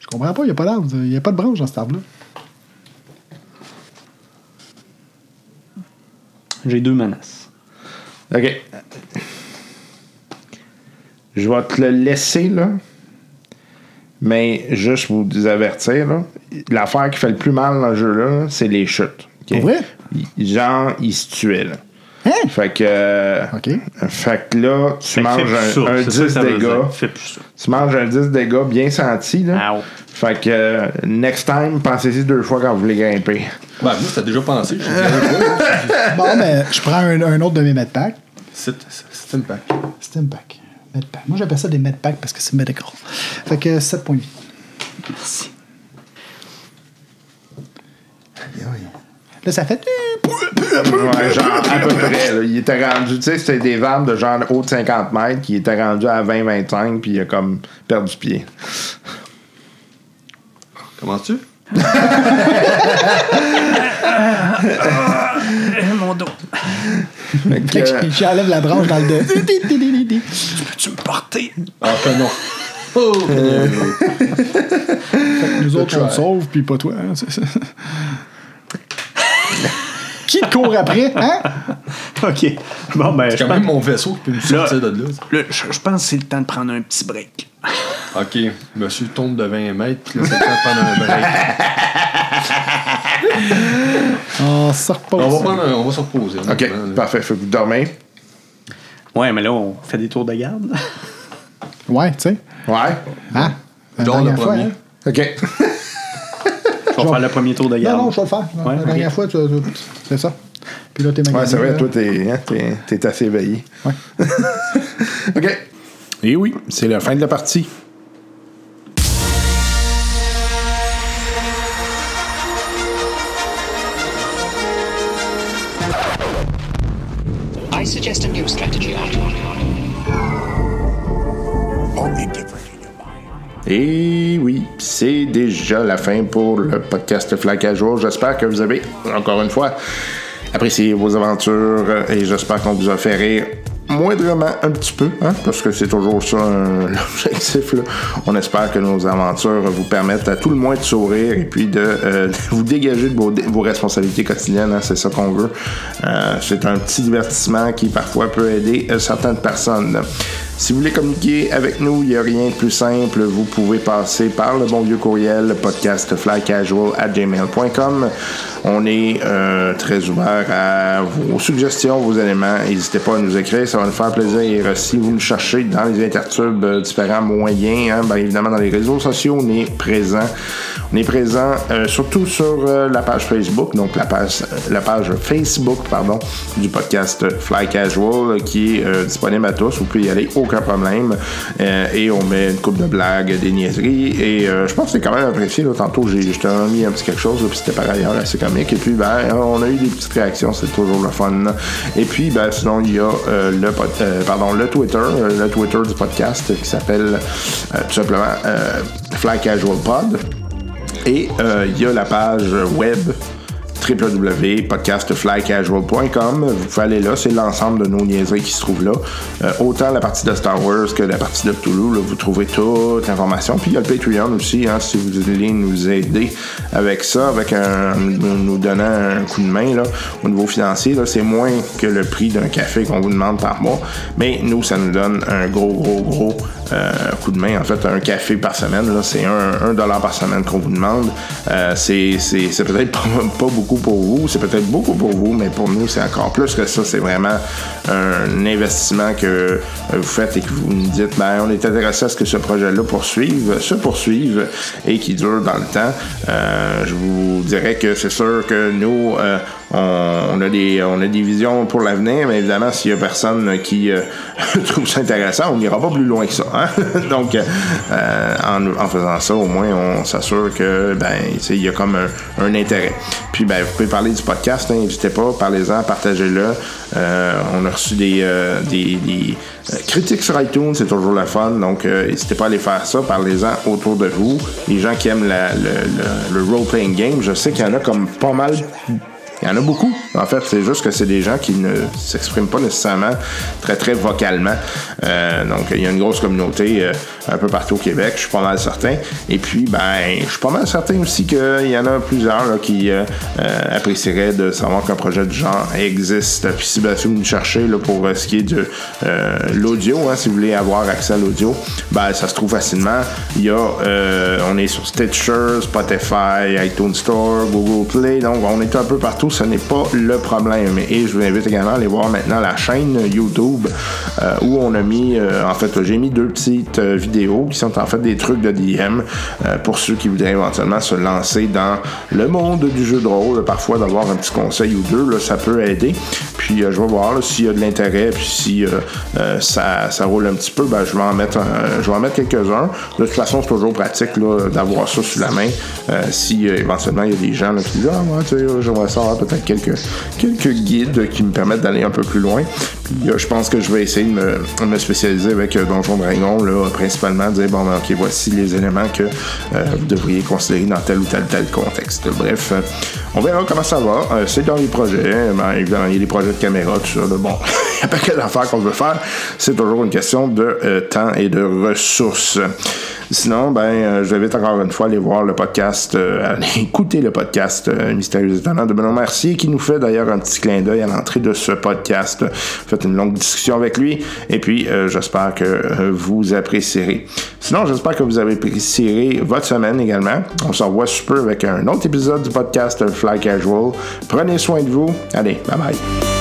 Je comprends pas, il n'y a pas d'arbre. Il n'y a pas de branche dans cet arbre-là.
J'ai deux menaces.
OK. Je vais te le laisser, là. Mais juste vous avertir, là, l'affaire qui fait le plus mal dans le jeu-là, là, c'est les chutes. OK?
Pour vrai?
Il- Genre, ils se tuaient, là.
Hein?
Fait que. euh,
OK.
Fait que là, tu
Fait que fais
manges
plus ça,
un, un
c'est ça que
10
ça veut
dégâts.
dire. Fais plus ça.
Tu manges un 10 dégâts bien senti, là.
Ow.
Fait que, euh, next time, pensez-y deux fois quand vous voulez grimper.
Ben, moi, t'as déjà pensé. je te dirais, oh,
Bon, ben, je prends un, un autre de mes medpacks.
C'est c'est- c'est une pack.
Steampack. Medpack. Moi, j'appelle ça des medpacks parce que c'est medical. Fait que 7 points de vie.
Merci.
Là, ça fait.
Ouais, genre, à peu près, là. Il était rendu, tu sais, c'était des vagues de genre haut de 50 mètres qui étaient rendus à 20-25, puis il a comme perdu pied.
Comment tu?
Fait que,
Fait que
euh,
j- j'enlève la branche dans le *laughs* dos.
Peux-tu me porter?
Ah, que non. Oh, que
Euh.
non.
Nous autres, on le sauve, puis pas toi. hein, c'est ça. Qui te court après? Hein?
OK. Bon, ben,
C'est
je
quand même
pense,
mon vaisseau qui peut me sortir de là.
là, je- je pense que c'est le temps de prendre un petit break.
Ok, monsieur tombe de 20 mètres, puis là, c'est le temps de prendre un break.
On se repose.
On va, prendre un- on va se reposer.
OK,
honnêtement, là.
parfait. Fait que vous dormez.
Ouais, mais là, on fait des tours de *laughs* garde.
Ouais, tu sais.
Ouais.
Hein? La
Dors le
dernière fois,
premier.
hein?
OK.
je vais faire le premier tour de
Non,
garde.
non, je vais le faire.
Ouais,
la dernière
ok.
fois, tu- tu- c'est ça. Puis là, t'es
Ouais,
magasiné,
c'est vrai,
là.
toi, t'es hein, t'es- t'es assez éveillé.
Ouais.
OK.
Et oui, c'est la fin de la partie.
I suggest a new strategy, Otto.
Et oui, c'est déjà la fin pour le podcast Flac à jour. J'espère que vous avez, encore une fois, apprécié vos aventures euh, et j'espère qu'on vous a fait rire moindrement un petit peu, hein, parce que c'est toujours ça euh, *laughs* l'objectif. là. On espère que nos aventures vous permettent à tout le moins de sourire et puis de, euh, de vous dégager de vos, vos responsabilités quotidiennes. hein, c'est ça qu'on veut. Euh, c'est un petit divertissement qui parfois peut aider euh, certaines personnes.
Si vous voulez communiquer avec nous, il n'y a rien de plus simple. Vous pouvez passer par le bon vieux courriel podcastflycasual@gmail.com. On est euh, très ouvert à vos suggestions, vos éléments. N'hésitez pas à nous écrire, ça va nous faire plaisir. Si vous nous cherchez dans les intertubes, euh, différents moyens, hein, ben, évidemment dans les réseaux sociaux, on est présent. On est présent euh, surtout sur euh, la page Facebook, donc la page, la page Facebook pardon, du podcast Fly Casual euh, qui est euh, disponible à tous. Vous pouvez y aller, aucun problème. Euh, et on met une coupe de blagues, des niaiseries. Et euh, je pense que c'est quand même apprécié. Là. Tantôt, j'ai justement mis un petit quelque chose, là, puis c'était par ailleurs assez comique. Et puis, ben, on a eu des petites réactions, c'est toujours le fun. là. Et puis, ben, sinon, il y a euh, le, pod- euh, pardon, le Twitter, euh, le Twitter du podcast euh, qui s'appelle euh, tout simplement euh, Fly Casual Pod. Et euh, il y a la page web www.podcastflycasual.com. Vous pouvez aller là, c'est l'ensemble de nos niaiseries qui se trouvent là. Euh, autant la partie de Star Wars que la partie de Cthulhu, là, vous trouvez toute l'information. Puis il y a le Patreon aussi, hein, si vous voulez nous aider avec ça, avec un, nous donnant un coup de main là, au niveau financier. là, c'est moins que le prix d'un café qu'on vous demande par mois. Mais nous, ça nous donne un gros, gros, gros euh, coup de main. En fait, un café par semaine, là, c'est un, un dollar par semaine qu'on vous demande. Euh, c'est, c'est- c'est peut-être pas, *laughs* pas beaucoup pour vous, c'est peut-être beaucoup pour vous, mais pour nous, c'est encore plus que ça. C'est vraiment un investissement que euh, vous faites et que vous nous dites, ben, on est intéressé à ce que ce projet-là poursuive, se poursuive et qui dure dans le temps. Euh, je vous dirais que c'est sûr que nous, euh, on, on a des, on a des visions pour l'avenir, mais évidemment, s'il y a personne qui euh, *laughs* trouve ça intéressant, on n'ira pas plus loin que ça. hein? *laughs* Donc, euh, en, en faisant ça, au moins, on s'assure que ben, tu sais, il y a comme un, un intérêt. Puis, ben, vous pouvez parler du podcast, hein, n'hésitez pas, parlez-en, partagez-le. Euh, on a reçu des, euh, des- des, euh, critiques sur iTunes, c'est toujours le fun. Donc, euh, n'hésitez pas à aller faire ça, parlez-en autour de vous. Les gens qui aiment la- le- le- le role-playing game, je sais qu'il y en a comme pas mal il y en a beaucoup. En fait, c'est juste que c'est des gens qui ne s'expriment pas nécessairement très, très vocalement. Euh, donc, il y a une grosse communauté euh, un peu partout au Québec, je suis pas mal certain. Et puis, ben, je suis pas mal certain aussi qu'il y en a plusieurs là, qui euh, euh, apprécieraient de savoir qu'un projet du genre existe. Puis, si, ben, si vous me cherchez là, pour euh, ce qui est de euh, l'audio, hein, si vous voulez avoir accès à l'audio, ben, ça se trouve facilement. Il y a, euh, on est sur Stitcher, Spotify, iTunes Store, Google Play. Donc, on est un peu partout. Ce n'est pas le problème. Et je vous invite également à aller voir maintenant la chaîne YouTube euh, où on a mis, euh, en fait, j'ai mis deux petites euh, vidéos qui sont en fait des trucs de DM euh, pour ceux qui voudraient éventuellement se lancer dans le monde du jeu de rôle. Parfois, d'avoir un petit conseil ou deux, là, ça peut aider. Puis, euh, je vais voir là, s'il y a de l'intérêt, puis si euh, euh, ça, ça roule un petit peu, ben, je vais en mettre, un- je vais en mettre quelques-uns. De toute façon, c'est toujours pratique là, d'avoir ça sous la main. Euh, si euh, éventuellement il y a des gens là, qui disent Ah, moi, tu sais, euh, j'aimerais ça avoir peut-être quelques, quelques guides euh, qui me permettent d'aller un peu plus loin. Puis euh, je pense que je vais essayer de me, de me spécialiser avec euh, Donjon Dragon, là, principalement dire Bon, ben, ok, voici les éléments que euh, vous devriez considérer dans tel ou tel tel contexte. Bref, euh, on verra comment ça va. Euh, c'est dans les projets. Ben, évidemment, il y a des projets de caméra, tout ça. là. bon, *laughs* il y a pas que d'affaires qu'on veut faire. C'est toujours une question de euh, temps et de ressources. Sinon, ben, euh, je vous invite encore une fois à aller voir le podcast, euh, à aller *laughs* écouter le podcast euh, Mystérieux et Étonnant de Benoît Mercier, qui nous fait d'ailleurs un petit clin d'œil à l'entrée de ce podcast. Faites une longue discussion avec lui, et puis euh, j'espère que euh, vous apprécierez. Sinon, j'espère que vous avez apprécié votre semaine également. On se revoit super avec un autre épisode du podcast Fly Casual. Prenez soin de vous. Allez, bye bye.